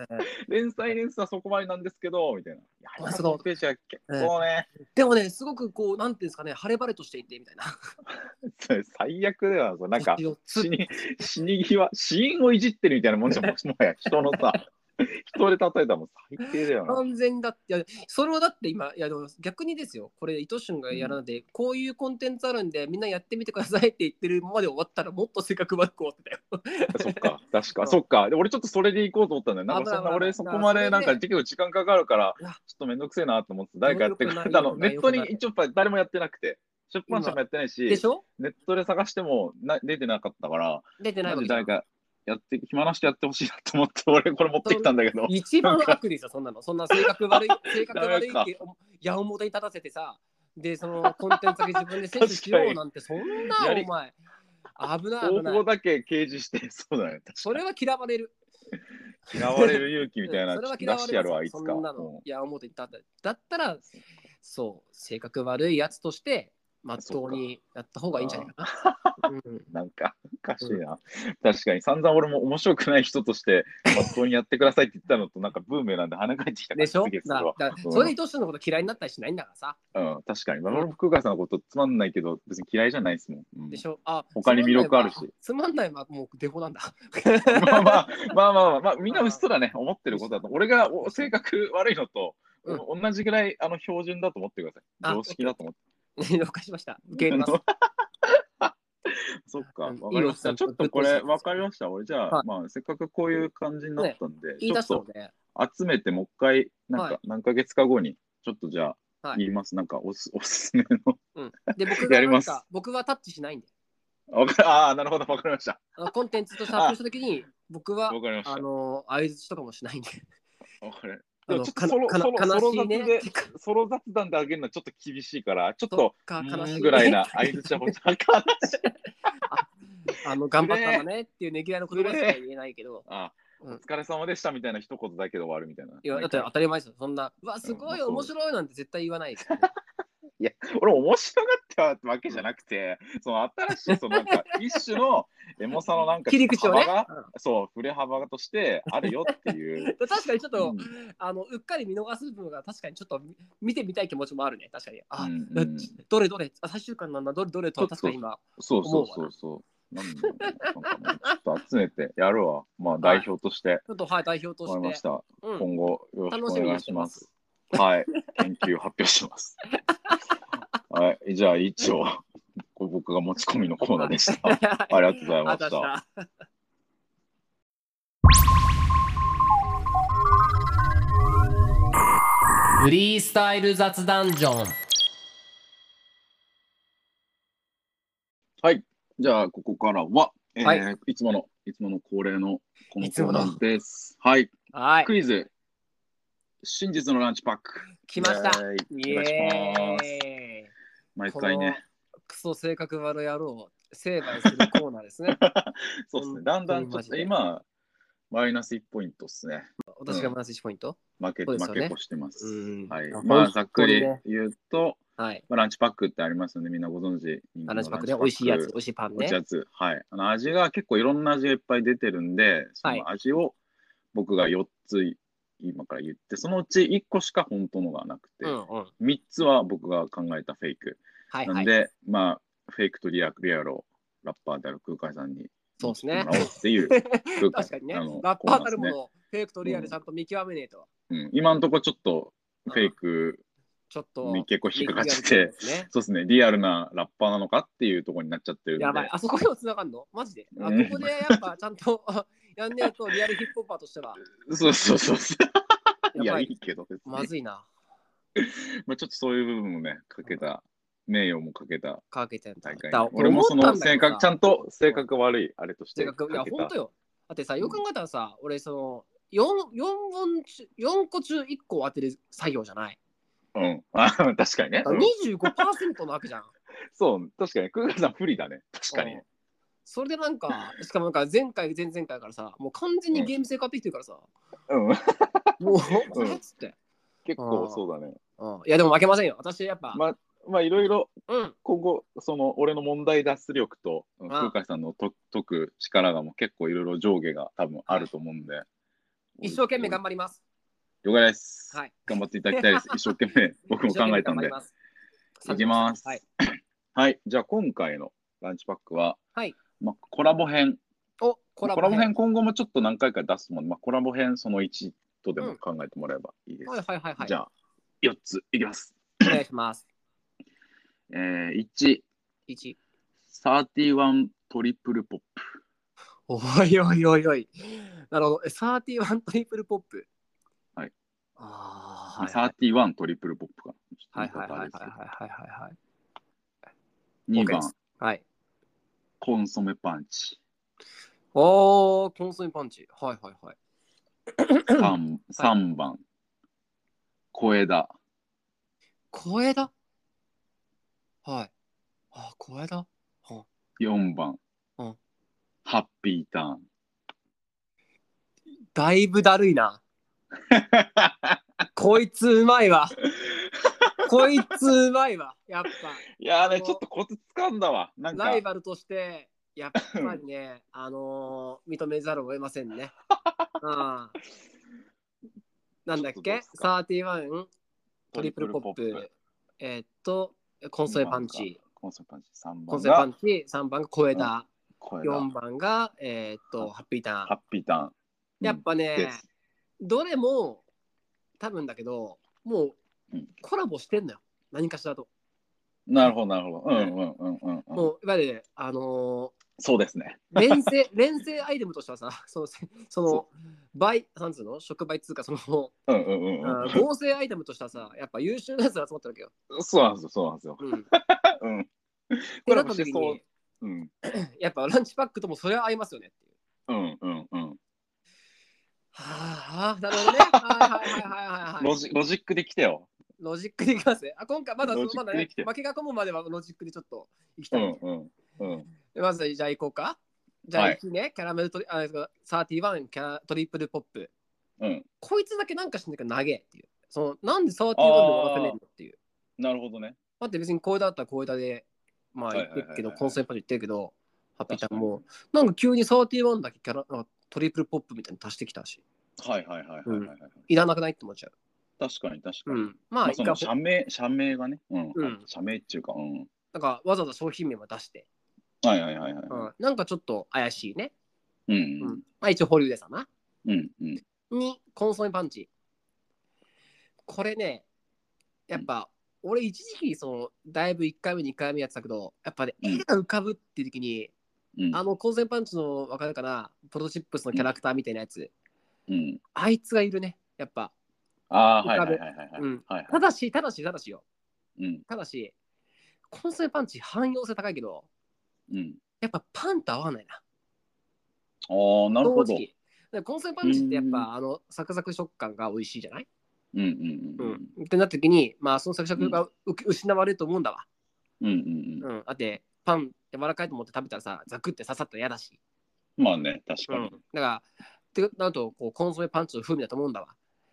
B: て
C: 連載年数はそこまでなんですけど、みたいな。いやありがとうページは結構ね、
B: うんでもね、すごくこう、なんていうんですかね、晴れ晴れとしていてみたいな。
C: 最悪では、なんか
B: こっちをつ
C: 死に、死に際、死因をいじってるみたいなもん じゃん、もしもや、人のさ、人で例えたらもう最低だよ な。
B: 完全にだって、いやそれをだって今、いやでも逆にですよ、これ、糸旬がやらないで、こういうコンテンツあるんで、みんなやってみてくださいって言ってるままで終わったら、もっと性格悪く終わってたよ。
C: そっか、確
B: う
C: か、
B: ん
C: そっか。で俺ちょっとそれで行こうと思ったんだよ。なんかそんな
B: 危ない
C: 俺
B: 危
C: そ
B: ない
C: こまでなん
B: そ
C: か
B: れ
C: 結構時間かかるから
B: うわ、
C: ちょっとめんどくせえなと思って誰かやってく
B: よくない
C: れたの。
B: よくな
C: ネ
B: い
C: ットに
B: よくない
C: 一応やっぱ誰もやってなくて、出版社もやってない
B: で
C: し
B: し、ょ
C: ネットで探してもな出てなかったから、
B: 出てない
C: な
B: わ
C: んで
B: けじゃ
C: 誰
B: ん
C: かやって、暇な人やってほしいなと思って、俺これ持ってきたんだけど。
B: 一番悪ですよ、そんなの。そんな性格悪い、性格悪い
C: ダ
B: っ
C: メ
B: て、矢面に立たせてさ、で、そのコンテンツだけ自分で選手しようなんて、そんな、
C: やり
B: お前。危な
C: 方
B: い、危な
C: 法
B: い。
C: だけ掲示して、そうだね。
B: それは嫌われる。
C: 嫌われる勇気みたいな、
B: そ
C: ち
B: れ
C: ょ
B: は
C: っと出
B: 嫌われ
C: してやるわ、
B: る
C: いつ
B: そ
C: か。
B: んな
C: うん
B: の、矢面に立ただったら、そう、性格悪いやつとして、まっとうにやった方がいいんじゃないかな。うん
C: なんか、おかしいな。確かに、散々俺も面白くない人として、まっとうにやってくださいって言ったのと、なんかブーメランで跳ね返ってきたから
B: でしょ
C: すげえそれ
B: だ
C: は
B: だそれで糸師のこと嫌いになったりしないんだからさ。
C: うん、確かに。まあ俺も福川さんのことつまんないけど、別に嫌いじゃないですもん。うん
B: でしょあ
C: 他に魅力あるし。
B: つまんないはもうデフォなんだ。
C: まあ まあまあまあまあ、まあ、みんなうっすらね、思ってることだと。俺がお性格悪いのと、お同じぐらいあの標準だと思ってくださ
B: あ
C: い。常識だと思って。
B: 了解しました。受け入れます。
C: そっか、
B: うん
C: わかりまし
B: いい
C: た。
B: よ
C: ちょっとこれ、
B: ぶっ通して
C: わかりました。俺じゃあ、
B: はい
C: まあ、せっかくこういう感じになったんで、
B: 言
C: ち
B: い
C: ょ
B: 出
C: っ
B: したの
C: と
B: で、
C: 集めて、もう一回、なんか、
B: はい
C: 何ヶ月か後に、ちょっとじゃあ、
B: は い
C: 言います。なんかおす、おすすめの。
B: で僕
C: や
B: が
C: り
B: な
C: ま
B: ん
C: す
B: か僕はタッチしないんで、
C: わかああ、なるほど、わかりました。
B: あのコンテンツとして発表したときに、僕は
C: わ、かりました。
B: あ
C: わ
B: の、相づちとかもしないんで、
C: かる。
B: あ
C: で
B: の、
C: もちょっと
B: か
C: ソロ、ソロ、ソ
B: な悲
C: ロ
B: しい
C: 雑
B: ね
C: で。、ソロ雑談であげるのはちょっと厳しいから、ちょっ
B: そ
C: と
B: っ、か、
C: う
B: 悲しい、
C: ー
B: ね。
C: んぐ らいな相づちは欲しい。悲しい
B: あの、頑張ったんだねっていうねぎらいの言葉しか言えないけど、
C: あお
B: うん
C: 疲れ様でしたみたいな一言だけで終わるみたいな。
B: いや、だって当たり前ですよ。そんな、うわ、すごい、
C: うん
B: 面白いなんて絶対言わ ないですよね。
C: いや、俺面白がったってわけじゃなくて、その新しい、そのなんか一種 のエモさのなんか
B: 切り口をね。
C: 幅が
B: うん
C: そう、触れ幅としてあるよって いう。
B: 確かにちょっと、
C: うん
B: あのうっかり見逃す部分が確かにちょっとみ見てみたい気持ちもあるね確かにあ、
C: うん
B: な
C: うん
B: どれどれあ最終巻なんだどれどれとは確かに今
C: そうそうそうそう。なんだろうねなんかねちょっと集めてやるわ。まあ代表として。
B: ちょっとはい代表と
C: わか
B: し、
C: りましてた。
B: うん、
C: 今後よろしく
B: 楽し
C: お
B: み
C: 願
B: に
C: い
B: して
C: し
B: ま
C: ますす。はい。研究発表し ます。はい。じゃあ一応、これ僕が持ち込みのコーナーでした。ありがとうございました。
B: あ確か
D: フリースタイル雑談ジョン。
C: はい。じゃあ、ここからは、えー、
B: はい
C: つもの、いつもの恒例のこの
B: い
C: コ
B: つも
C: ー
B: の
C: ナーです。はい。
B: はい
C: クイズ、真実のランチパック。
B: 来ました
C: イエーイ
B: イ
C: お願いします。
B: エーイ
C: 毎
B: こ
C: 回
B: の
C: ね。
B: クソ性格悪野郎成敗するコーナーで すね
C: そうですね。だんだんちょっ
B: 本当にマジ
C: と
B: で
C: 今、マイナス1ポイントですね。
B: 私がマイナス1ポイント、
C: 負け、
B: そうです
C: 負
B: よね
C: け越してます。
B: うん
C: はい
B: 本。当
C: まあ、
B: に
C: ざっくり
B: ね
C: 言うと、
B: はい
C: まあ、ランチパックってありますよね。みんなご存知。人気の
B: ランチパックね美味しいやつ美味しいパン
C: お
B: ね
C: 茶つ、はい。あの味が結構いろんな味がいっぱい出てるんで、そ
B: はい
C: の味を僕が4つ今から言って、そのうち1個しか本当のがなくて、
B: うんうん
C: 3つは僕が考えたフェイク。
B: はい
C: な
B: は
C: ん
B: い
C: で、まあ、フェイクとリアリアルをラッパーである空海さんに
B: そうですね
C: 持ってもらおうっていう。空海
B: 確かにね
C: あの
B: ラッパーたるも
C: コーナーで
B: のをフェイクとリアルちゃんと見極めねえと、
C: すねうん、今のところちょっとフェイク、
B: ちょっと
C: 結構引っかかっちゃって
B: リアルですね
C: そうですね、リアルなラッパーなのかっていうところになっちゃってるんで。
B: やばい、あそこにもつながんのマジで。あ
C: うん
B: ここでやっぱちゃんと やんねえとリアルヒップホッパーとしては、
C: そうそうそう そう。い
B: や
C: や、
B: ば
C: い
B: い
C: いけど、別に
B: まずいな。
C: まあ、ちょっとそういう部分もね、かけた、名誉もかけた
B: かけてんだ。
C: 大会
B: だ
C: に。俺もその性格、ちゃ
B: んと。
C: んと性格悪い、あれとして
B: 性格い
C: か
B: や、
C: け
B: ほん
C: た
B: と。よ。だってさ、よく考えたらさ、俺その、4, 四本中4個中1個を当てる作業じゃない。
C: うん。 あ確かにね。
B: だから25%のわけじゃん。
C: そう、確かに。空海さん不利だね。確かに
B: うん。それでなんか、しかもなんか前回、前々回からさ、もう完全にゲーム性買ってきてるからさ、
C: うん。
B: もう、これっつって。
C: 結構そうだね。
B: うん、いや、でも負けませんよ。私やっぱ、
C: まあ、まあ、いろいろ、
B: うん、
C: 今後、その、俺の問題脱出力と、うん
B: ああ
C: 空海さんのと解く力がもう結構いろいろ上下が多分あると思うんで。
B: 一生懸命頑
C: 張
B: 張ります。
C: 了解です。
B: はい
C: 頑張っていただきたい です。一生懸命、僕も考えたんで。いきます。
B: はい。。
C: はい。じゃあ今回のランチパックは、
B: はい
C: まあ、コラボ編。
B: お、
C: コ
B: コ
C: ラ
B: ラ
C: ボ
B: ボ
C: 編今後もちょっと何回か出すもん、まあ、コラボ編その1とでも考えてもらえばいいです。
B: はいはいはいはい。
C: じゃあ4ついきます。
B: お願いします。
C: えー、1、
B: 一。
C: 31トリプルポップ。
B: おいおいおいおい。なるほど。え31トリプルポップ。
C: はい。
B: ああ、はい。
C: 31トリプルポップかな。
B: はいはいはいはいはいはいはい。
C: 2
B: OK で
C: 番
B: す、はい。
C: コンソメパン チ。
B: おー、コンソメパンチ。はいはいはい。
C: 3, 三番、小枝。
B: 小枝はい。あ、小枝
C: 4番、
B: うん
C: ハッピーターン。
B: だいぶだるいな。こいつうまい わ。こいつうまいわ。やっぱ。
C: いやー
B: あ
C: ね、
B: の
C: ちょっとコツつかんだわ。なんか
B: ライバルとして、やっぱりね、 あのー認めざるを得ません ね。あなんだっ
C: ちょっとどう
B: け
C: ですか
B: ?31 トリプルポップ。えーっと、コ
C: コ
B: ンソメパンチ。。
C: コンソメパンチ。3番
B: コンソメパ
C: が
B: ンチ、3番が小枝、
C: 小枝。
B: 4番が、えーっと、ハッピーター
C: ハ
B: ン。
C: ッピーターン。
B: やっぱ
C: で
B: ね、
C: す
B: どれも、多分だけど、も
C: う
B: うんコラボしてんのよ。何かしらと。
C: なるほど、なるほど。うんうんうんうんうん。
B: もう、いわゆる、あのー
C: そうですね。
B: 連成 連成アイテムとしてはさそのせその
C: そ
B: 倍なんつうの触媒っつうかその、
C: うんうんうん
B: あ
C: う
B: ー合成アイテムとしてはさやっぱ優秀なやつが集まってるわけよ。
C: ん。そうなんですよ、そうなんですよ。
B: うん、
C: うん。
B: ってなった時
C: コラボ
B: に
C: しうん。
B: やっぱランチパックともそれは合いますよねっていう。
C: うんうんうん。
B: はあ、な るほどね。はいはいはいはいはい、は
C: ロ
B: い。
C: ジロジックできたよ。
B: ロジックでいきますね。あ今回まだ
C: ロジッ
B: ま
C: ク
B: だ
C: で
B: ね
C: きて、る
B: 負けが込むまではロジックでちょっといき
C: う
B: たい。
C: んうんうん。
B: まずじゃあ行こうか。じゃあ
C: はい
B: 行きね、キャラメルトリあサーティワンキャラトリプルポップ。
C: うん。
B: こいつだけなんかしないから投げっていう。そのなんでサーティワンで笑ってねえのっていう。
C: なるほどね。
B: だって別に小枝だったら小枝で、まあ
C: はい
B: 言
C: はいはい
B: って
C: はい
B: るけど、コンセプト言ってるけど、ハッピーちゃんも、なんか急にサーティワンだけキャラあトリプルポップみたいに足してきたし、
C: はいはいはいはいはいはい。
B: いらなくないって思っちゃう。
C: 確かに確か
B: う
C: に。
B: ん。ま
C: ま
B: あ、
C: あ
B: 一
C: そ
B: 回
C: の社名、社名がね。うん
B: うん。
C: 社名っていうか、うん。
B: なんかわざわざ商品名も出して、
C: はいはいはいはい。
B: うん、なんかちょっと怪しいね。
C: う
B: うん
C: ん。
B: まあ、一応、保留でさな。
C: うんうん。
B: に、コンソメパンチ。これね、やっぱ、俺一時期、その、だいぶ1回目、2回目やってたけど、やっぱね、
C: うん
B: 絵が浮かぶっていう時に、
C: うん。
B: あの、コンソメパンチの、わかるかな、プロトチップスのキャラクターみたいなやつ、
C: うん。
B: あいつがいるね、やっぱ。
C: ああ、はいはいはいはいはい。
B: うん
C: はいは
B: ただし、ただし、ただしよ。
C: い。うん
B: ただし、コンソメパンチ汎用性高いけど、
C: うん。
B: やっぱパンと合わないな。
C: ああ、なるほど。
B: 正直でコンソメパンチってやっ
C: うん
B: ぱあのサクサク食感が美味しいじゃない、
C: うんうんうん。
B: ってなった時に、まあ、そのサクサクがう、失われると思うんだわ。
C: うんうん
B: うん、だってパン柔らかいと思って食べたらさザクって刺さったら嫌だし、
C: うん。まあね、確か
B: だからってなるとこうコンソメパンチの風味だと思うんだわ、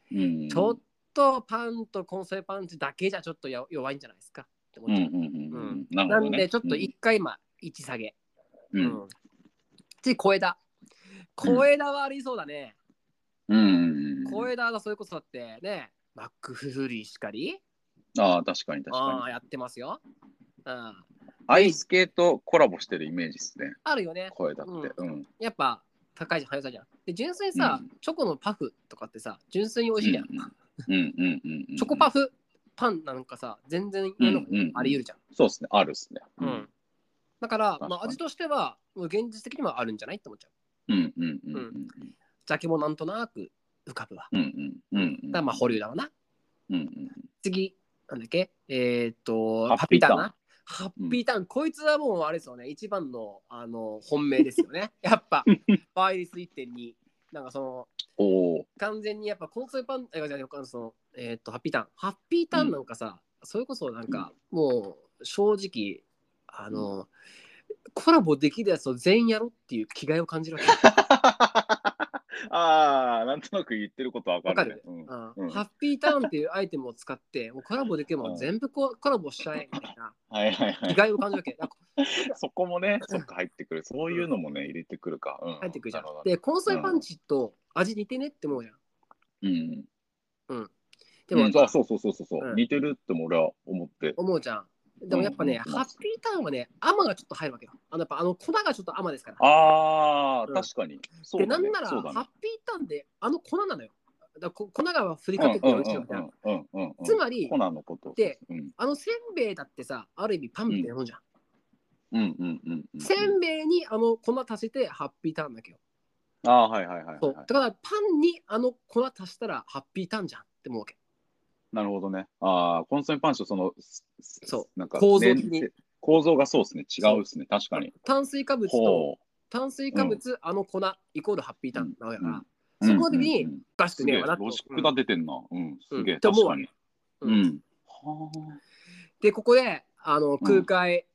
C: に。うん。
B: ちょっとパンとコンソメパンチだけじゃちょっとや弱いんじゃないですかって
C: う
B: 思
C: ん
B: っ
C: う
B: ち
C: ん
B: ゃう、
C: うんうん。なる
B: な
C: ほど
B: ん
C: ね。
B: でちょっと一回今位置下げ、
C: うん。うん
B: うん次小枝小枝はありそうだね、
C: うんうん。
B: 小枝はそれこそだってねマックフリーしかり
C: ああ、確かに確
B: あ
C: か
B: あやってますよ、うん、
C: に。アイスケーとコラボしてるイメージですね。
B: あるよね
C: 声だって。うん。
B: やっぱ高いじゃん速さじゃんで純粋にさ、
C: うん
B: チョコのパフとかってさ純粋に美味しいじゃん、
C: うんうんうんうん。
B: チョコパフパンなんかさ全然世の中
C: うんうん
B: あり得るじゃん、
C: そうですね。あるっすね。
B: うん。だから
C: 確かに
B: まあ味としてはもう現実的にもあるんじゃないって思っちゃう
C: うんうんうんうん。
B: ジャケもなんとなく浮かぶわ
C: うんうんうん。
B: だからまあ保留だわな
C: うんうん。
B: 次なんだっけえーっと
C: ハッピーターン
B: なハッピーターン、こいつはもうあれですよね一番のあの本命ですよね やっぱ倍率1.2なんかその
C: おお。
B: 完全にやっぱコンソメパンあじゃあそのえーっとハッピーターンハッピーターンなんかさ、それこそなんか、もう正直あの、コラボできるやつを全員やろうっていう気概を感じるわけ、
C: ああ、なんとなく言ってることわかるね。うん
B: うん
C: うん
B: ハッピーターンっていうアイテムを使ってもうコラボできるも
C: うんん
B: 全部こうコラボしちゃえみたいな
C: はいはいは
B: 気
C: い。
B: 概を感 じるわけなんか
C: そこもね、そっか入ってくる。そういうのもね、入れてくるか。うん
B: 入ってくるじゃん
C: なほどね
B: でコンソメパンチと味似てねって思うじゃん
C: うん。
B: でも、
C: うんあそうそうそうそうそう、
B: うん
C: 似てるっても俺は思って。
B: 思うじゃんでもやっぱね、
C: うん
B: ハッピーターンはね甘がちょっと入るわけよあのやっぱあの粉がちょっと甘ですから
C: ああ、
B: うん
C: 確かに。そう
B: で、
C: だ
B: な
C: ね。
B: んなら、ハ
C: そ
B: ッ
C: う
B: ピー
C: だね。
B: ターンで、あの粉なのよ。だこ粉が振り
C: うん
B: か
C: う
B: けて
C: ん
B: るうちのみたいな。
C: うんうんうんうん。
B: つまり
C: コナンのこと。
B: で
C: うん
B: あのせんべいだってさ、ある意味パンみたいなもんじゃん。
C: うんうんうんうん。
B: せんべいにあの粉足してハッピーターンだけよ。
C: ああ、はいはいはいはい
B: そう
C: は
B: だから、パンにあの粉足したらハッピーターンじゃんって思うわけ。
C: い。なるほどね。ああ、コンソメパンチとその、すす
B: そう
C: なんか
B: 構造的に
C: 連構造がそうですね。違うですね。確かに。
B: 炭水化物と
C: ほ
B: 炭水化物、あの粉イコールハッピーターンなわけだから、
C: う。
B: そこでに
C: うんうんうん
B: おかし
C: す
B: く
C: げ
B: ね
C: え、
B: えわな
C: ロジックが出てんな。うん、すげ
B: う
C: え。
B: んって思
C: 確
B: うわ
C: か
B: ね
C: に。
B: うん
C: う
B: うん
C: ん。はあ。
B: で、ここで、あの空海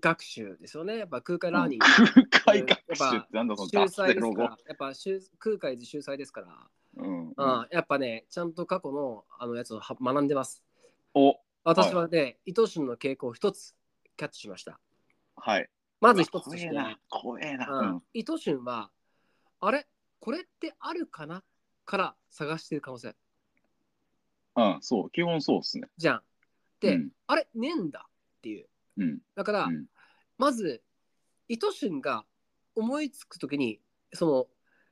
B: 学習ですよね。やっぱ空海ラーニング。
C: 空海学習ってなんだその
B: 秀
C: 学生
B: 才です
C: ロ
B: か
C: ゴ
B: ら、やっぱ秀空海寺秀才ですから。
C: うんうん
B: うん、やっぱね、ちゃんと過去のあのやつをは学んでます。
C: お
B: 私はね、伊藤春の傾向を一つキャッチしました。
C: はい。
B: まず一つと
C: 怖
B: して
C: え
B: ね
C: な、。怖えな。
B: うん伊藤春は、あれこれってあるかなから探してる可能性
C: うん、うん、そう、基本そうっすね。
B: じゃん。で、
C: うん
B: あれねえんだっていう。
C: うん、
B: だから、
C: うん
B: まず、伊藤春が思いつくときに、その、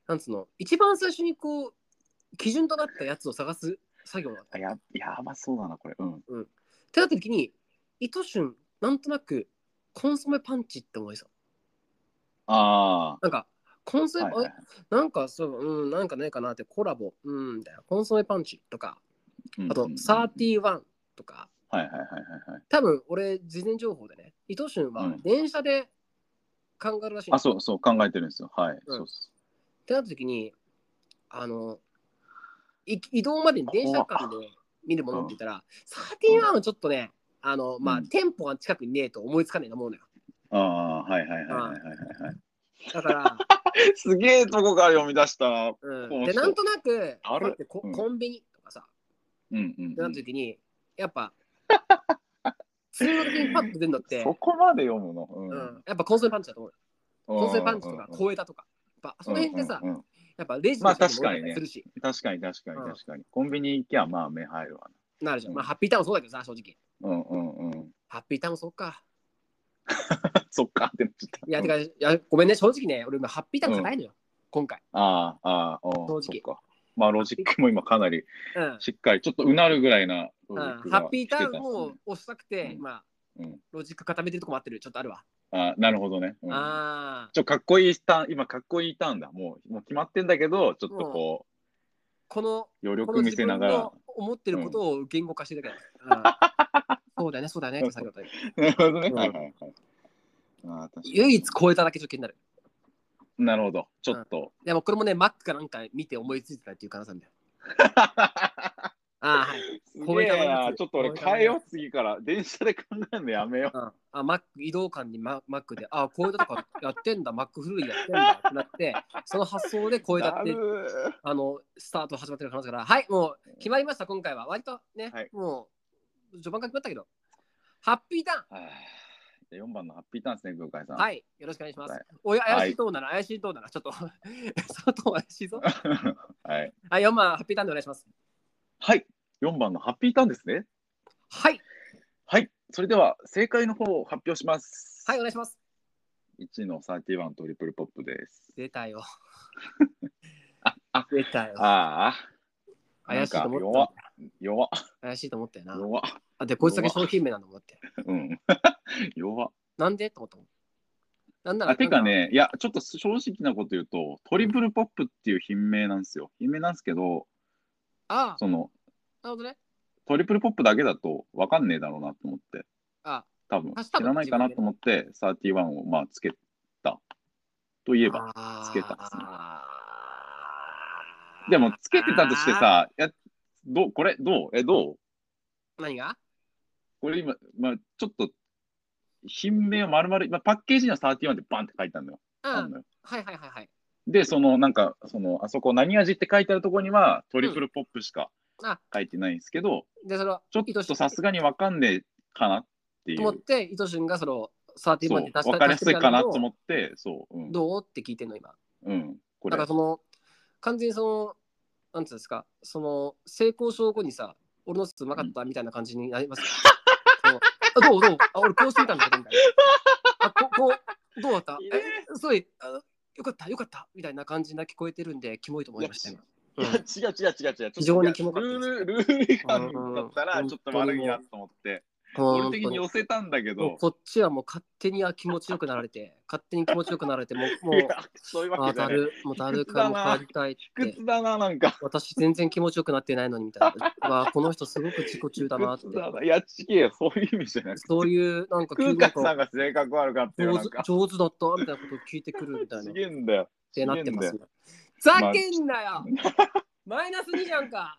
B: なんつうの、一番最初にこう、基準となったやつを探す作業なの。
C: あや、やばそうだな、これ。うん。
B: ってなった時に伊藤俊なんとなくコンソメパンチって思いそう
C: あ
B: なんかコンソ
C: あ。
B: メ、
C: はいはいは
B: あ
C: い。
B: なんかそううんなんかないかなってコラボうんみたいなコンソメパンチとか
C: うん
B: あと
C: うん
B: 31とか
C: はいはいはいはいはい。
B: 多分俺事前情報でね伊藤俊
C: う
B: は
C: ん
B: 電車で考えるらしいん
C: あ、
B: ですよ
C: そうそう、考えてるんですよ。はい。
B: うん
C: そうっす
B: ってなった時にあのい移動までに電車間で見るものって言ったら13アームちょっとねあのまあ、
C: うん
B: 店舗が近くにねえと思いつかねえと思うのよ
C: ああー、はいはいはいはいはいはい。
B: だから、
C: すげえとこから読み出したな。
B: うん、
C: 面白い
B: でなんとなく
C: ある
B: だってこ
C: うん
B: コンビニとかさ
C: うんうん
B: っ
C: う
B: てなっ
C: ん
B: た。時にやっぱ通路的にパッと出るのって、
C: そこまで読むの。
B: う、
C: うん
B: やっぱコンソメパンチだと思う
C: う
B: コンソメパンチとか
C: う
B: 小枝とかやっぱその辺でさ、
C: うんうんうん
B: やっぱレジ
C: ま
B: の
C: あ
B: 人にも
C: 確かにね
B: するし、
C: 確かに確かに
B: うん
C: 確かに。コンビニ行きゃまあ目入るわ
B: なるじゃん、
C: うん
B: まあハッピーターンもそうだけどさ正直
C: な。うんうんうん。
B: ハッピーターンもそうか
C: そっかってなっちゃった。
B: いや、てか、いや、ごめんね、正直ね、俺今ハッピーターン高いのよ、今回。
C: ああ、ああ、
B: 正
C: お
B: 直
C: そっか。まあロジックも今かなり
B: うん。
C: しっかり、ちょっとうなるぐらいなロ
B: う
C: ジ
B: ん
C: ック
B: ハ
C: が
B: ッピーターンを
C: 来て
B: 押したくて、
C: うん
B: まあ、
C: たんですね
B: ロジック固めてるとこもあってる、ちょっとあるわ。
C: うんあなるほどね。うん
B: ああ、
C: ちょかっこいいターン、今かっこいいターンだ。もうもう決まってんだけど、ちょっとこ
B: この、
C: う、余
B: こ
C: 力
B: の
C: 見
B: 自
C: せなが
B: 分
C: ら
B: の。思ってることを言語化してるだけだ、 うんそうだよね、そうだよね、って最後だった
C: なるほどね。
B: うん
C: はいはいはい。ああ、確か
B: 唯一超えただけちょっと気になる。
C: に。なるほど。ちょっと。
B: でも、これもね、マックかなんか見て思いついてたっていう可能性あるんだよ。ああ、はい。
C: す
B: 超
C: げ
B: えた
C: え
B: な
C: な。ちょっと俺変えよう、次から。電車で考えるのやめよう。
B: うん、あマック移動間にママックで、ああ、超えたとかやってんだ、マック古いやってんだってなって、その発想で超えた
C: だる
B: って
C: ー
B: あの、スタート始まってる話から、はい、もう決まりました、今回は。割とね、
C: はい
B: もう、序盤から決まったけど、ハッピータ
C: はあじゃあ4番のハッピーターンですね、空海さ
B: ー
C: ん。
B: ンはい、よろしくお願いします。
C: はい
B: おや、怪しいトーンだな、怪しいトーンだな、ちょっと、 そのトーン怪しいぞ。
C: はい。
B: はい、4番、ハッピーターンでお願いします。
C: はい。4番のハッピーターンですね。
B: はい、
C: はい。それでは正解の方を発表します。
B: はい、お願いします。
C: 1の31トリプルポップです。
B: 出たよ。
C: ああ
B: 出たよ。
C: ああ。
B: 怪しいと思ったん
C: なんか
B: だ。
C: 弱っ、
B: 怪しいと思ったよな。
C: 弱っ、
B: あで、こいつだけ商品名なんだもんだって。
C: うん。弱っ。
B: なんでと思ったもん。なんなら、
C: あてかね、いや、ちょっと正直なこと言うと、トリプルポップっていう品名なんですよ。品名なんですけど、
B: なんか、あ
C: その、
B: あ、なるほどね。
C: トリプルポップだけだと分かんねえだろうなと思って、
B: あ
C: 多分
B: あ
C: 知らないかなと思って、31をまあつけたといえば。
B: あー
C: つけたんですねでもつけてたとしてさ、いやどうこれどうえどう
B: 何が
C: これ今、まあ、ちょっと品名を丸々、まあ、パッケージには31ってバンって書いてあるのよ。
B: う
C: あん
B: ん。
C: のよ
B: はいはいはいはい。
C: で、そのなんか、そのあそこ何味って書いてあるところにはトリプルポップしか
B: あ、
C: 書いてないんですけど、
B: で、その、
C: ちょっとさすがにわかんねえかなってい
B: と
C: う。
B: 思って、糸旬がその、
C: そ
B: 30
C: う
B: まで出した
C: わかりやすいかなと
B: 出して
C: 思って、そう、う
B: た
C: ん
B: の。をどうって聞いてんの、今。
C: うん、こ
B: だ
C: れ
B: から、その、完全にその、なんていうんですか、その、成功証後にさ、俺のやつうまかったみたいな感じになります よ。そうあどうどうあ、俺こうしてみたんだけど、みたいな。あ、ここう、どうだった
C: いいね
B: え、すごい、あよかった、よかった、みたいな感じな聞こえてるんで、キモいと思いましたよ。
C: いや違う違う違う違う。ちょっと
B: 非常にキモかった
C: ルー
B: です
C: ル、ルール違反だった
B: う
C: ら
B: ん
C: ちょっと悪いなと思って、俺
B: 本
C: 的
B: 当
C: に寄せたんだけ
B: もう
C: ど、
B: こっちはもう勝手には気持ちよくなられて、勝手に気持ちよくなられて、もう、も
C: いうや、そういうわ
B: あ
C: けじ
B: だ
C: ゃない。
B: る、もうだるからもう帰りたいっ
C: 卑
B: て。
C: 屈だな、なんか。
B: 私全然気持ちよくなってないのにみたいな。わあこの人すごく自己中だなって
C: 卑。屈だないや、ちげえよ、そういう意味じゃなくて。
B: そういうなんか
C: 空
B: 急に
C: 間
B: なん
C: さん
B: か
C: が性格悪かったよ、
B: 上
C: なん
B: 手
C: か。
B: 上手だったみたいなことを聞いてくるみ たいな。
C: ち
B: っ
C: げえんだよ。
B: てなってます
C: ちげえんだよ。
B: よ。ざけんなよマイナス2じゃんか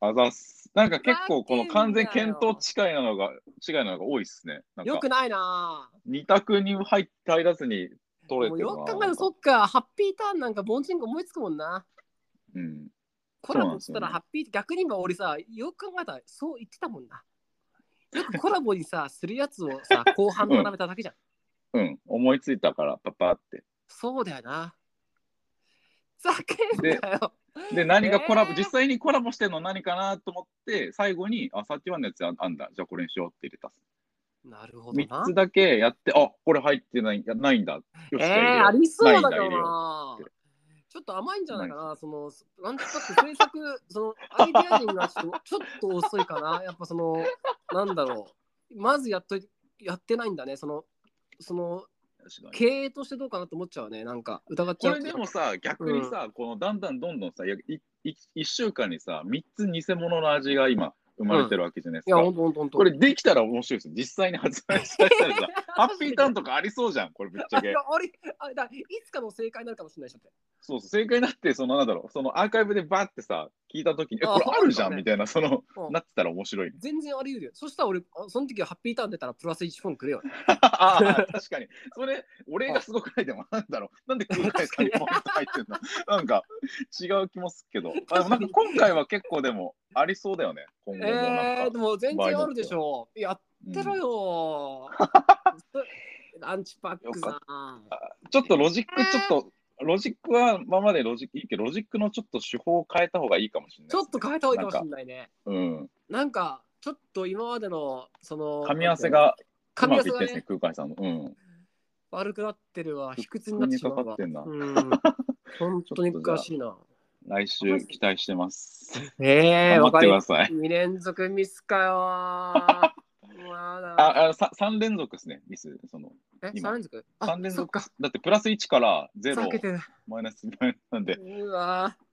C: あざっす。なんか結構この完全
B: ふざけんな
C: 見
B: よ
C: 当違いなのが、違いなのが多いっすね。なんか
B: よくないな
C: 二択に入って入らずに取れ
B: も
C: てる
B: う
C: な。
B: よく考えるとそっか、ハッピーターンなんか凡人が思いつくもんな。
C: うん。
B: コラボ
C: そうなん
B: っつったら
C: ですよね
B: ハッピー、逆に今俺さ、よく考えたらそう言ってたもんな。よくコラボにさ、するやつを さ、後半で並べただけじゃん。
C: うん。思いついたから、パパって。
B: そうだよな。ざけんなよ。
C: で、何がコラボ、
B: えー
C: 実際にコラボしてるの何かなと思って、最後に、あ、31のやつああんだ。じゃあこれにしようって入れたっす。
B: なるほど
C: 3
B: な
C: つ。だけやって、あ、これ入ってない、やないんだ。よし
B: え
C: じゃあ入れよ
B: ー、ありそう
C: な
B: だけ
C: いん
B: ど
C: 入れよ
B: な
C: 入れようっ。
B: ちょっと甘いんじゃないかな、その、なんとなく制作、その、アイデア人がちょっと ちょっと遅いかな、やっぱその、なんだろう、まずやっといやってないんだね、その、その、
C: う
B: 経営としてどうかなと思っちゃうね、なんか、疑っち
C: こ
B: ゃう。
C: れでもさ、逆にさ、このだんだんどんどんさ、いやいい1週間にさ、3つ偽物の味が今、生まれてるわけじゃないです
B: いや、
C: か。
B: ほんとほんとほんと。
C: これできたら面白いですよ。実際に発売されたら さ、ハッピーターンとかありそうじゃん、これぶっちゃ
B: い
C: け
B: や。あれあだいつかの正解になるかもしれないでしょって。
C: そうそう、正解になって、そのなんだろう、そのアーカイブでバーってさ、聞いたときに、え、
B: あ
C: これあるじゃ
B: そ
C: ん
B: うだね
C: みたいな、その、
B: うん
C: なってたら面 白い。
B: 全然あり得るよ。そしたら俺、あその時はハッピーターン出たらプラス1本く れよ。
C: ああ、確かに。それ、俺がすごくないでも、なんだろう、なんで空海さんにポイント入ってん のなんか、違う気もすっけど。あでもなんか今回は結構でも、ありそうだよね、今後もなんか
B: えー、。でも全然あるでしょ。やっ
C: うん
B: てろよ。 ランチパックさん。
C: ちょっとロジック、ちょっと、ロジックは、まあまでロジックいいけど、ロジックのちょっと手法を変えた方がいいかもしれない
B: ち
C: で
B: ょっ
C: すね、
B: と変えた方がいいかもしれないね。
C: うん。
B: なんか、ちょっと今までの、その、
C: 噛み合わせ、が、
B: 噛
C: う
B: み
C: まく
B: 合わせ
C: いっ
B: が
C: てですね
B: ね、、
C: 空海さんの。うん。
B: 悪くなってるわ。卑屈になって
C: に
B: しま
C: か
B: う
C: か
B: わ
C: っ。てんな。
B: うん。本当に詳 しいな。
C: 来週期待してます。
B: ええ
C: 頑
B: わ
C: 張
B: か
C: ってく
B: りま
C: だ
B: す。
C: さい。
B: 2連続ミス かよー。うわーだ
C: あ、あ、さ三連続ですね、ミス。その
B: え、
C: 今
B: 3連続あ
C: 三連
B: そっ
C: 続
B: か。
C: だってプラス一からゼロ
B: 避けてる。
C: マイナスマイナスなんで、
B: うわー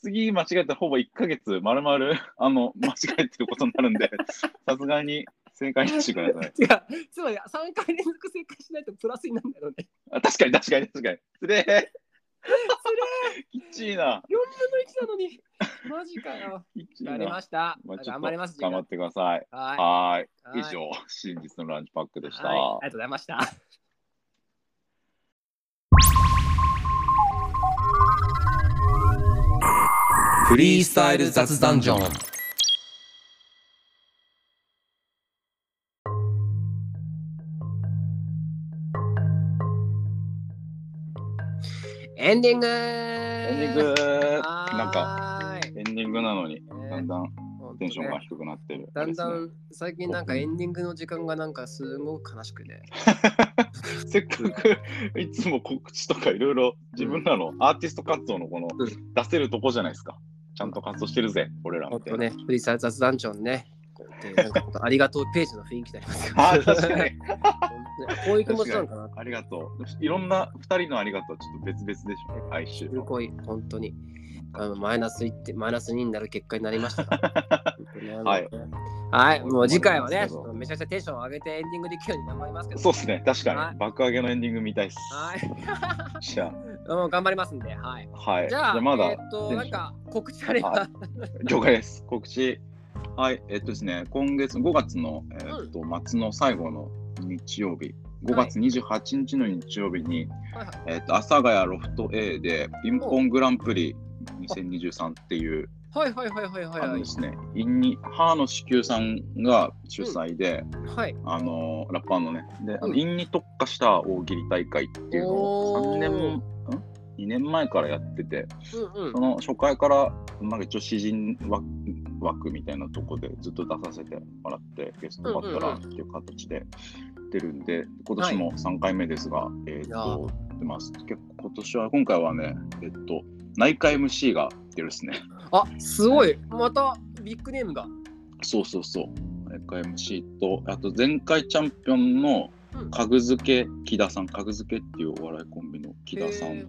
C: 次間違えたらほぼ一ヶ月まるまる あの間違えてることになるんで、 さすがに正解にしてください。
B: 違う、つまり3回連続正解しないとプラスになるんだよね。
C: あ確かに確かに確かに。つれえ。きっちいな。
B: 4分の1なのに。マジかよ。
C: きっちい
B: やりま
C: な。
B: した。
C: まあちょっと
B: 頑張ります。
C: 頑張ってください。
B: はい。
C: はーい。
B: はい
C: 以上、真実のランチパックでした。
B: はい。ありがとうございました。
D: フリースタイル雑談ジョン。
B: エンディング
C: エンディン
B: エ
C: グなんか
B: か、
C: エンディングなのにだんだん
B: ほんと
C: テンションが
B: ね
C: 低くなってる。
B: だんだ
C: あれですね
B: ん最近なんかエンディングの時間がなんかすごく悲しくて。
C: せっかくいつも告知とかいろいろ自分らのアーティスト活動のこの
B: う
C: 出せるとこじゃないですか。ちゃんと活動してるぜ、俺ら
B: ほ
C: み
B: ん
C: たい
B: と
C: な。
B: ね、フリーサイズ雑談長にね、こうやってなんかほんとありがとうページの雰囲気になりますよ
C: あー確 かに。
B: ほんとねこういう気持ちなのかな。
C: ありがとう。いろんな2人のありがとう、ちょっと別々でしょ、哀
B: す
C: 愁。
B: ごい、本当に。あのマイナス1って、マイナス2になる結果になり ましたから。本当にあの
C: はい。
B: はい、もう次回はね、
C: そう
B: めちゃくちゃテンションを上げてエンディングできるように頑張りますけど。
C: そうですね、確か
B: はい
C: に。爆上げのエンディング見たいっす。
B: はい。
C: じゃ
B: もう頑張りますんで、はい。
C: あ、はい。
B: じ
C: じ
B: ゃ
C: ゃ
B: あ、
C: あ、ま
B: え
C: だ
B: ーっ、と、なんか告知あれば。
C: は了解です。告知。はい、えっとですね、今月5月の、えっと、末の最後の日曜日、5月28日の日曜日に、
B: はいはい
C: えっと、阿佐ヶ谷ロフト A でピンポングランプリ2023っていう、
B: はいはいはいはいはい
C: あ
B: は
C: の
B: い
C: で。すね、インニハーの支給さんが主催で、
B: はい。
C: あのラッパーのね、で、あ
B: う
C: の
B: ん
C: インに特化した大喜利大会っていうのを
B: おー
C: 3年も、ん ?2 年前からやってて、
B: うんうん
C: そ。の初回から、なんか一応詩人枠枠みたいなとこでずっと出させてもらって、ゲストバッターっていう形で出るんで、今年も3回目ですが、えーっ
B: いやー
C: と、出ます。結構今年は、今回はね、えっと、内科 MC が出るですね。
B: あ、すごい。またビッグネームが。
C: そうそうそう。内科 MC と、あと前回チャンピオンの
B: うん
C: 家具付け木田さん家具付けっていうお笑いコンビの木田さん、
B: へー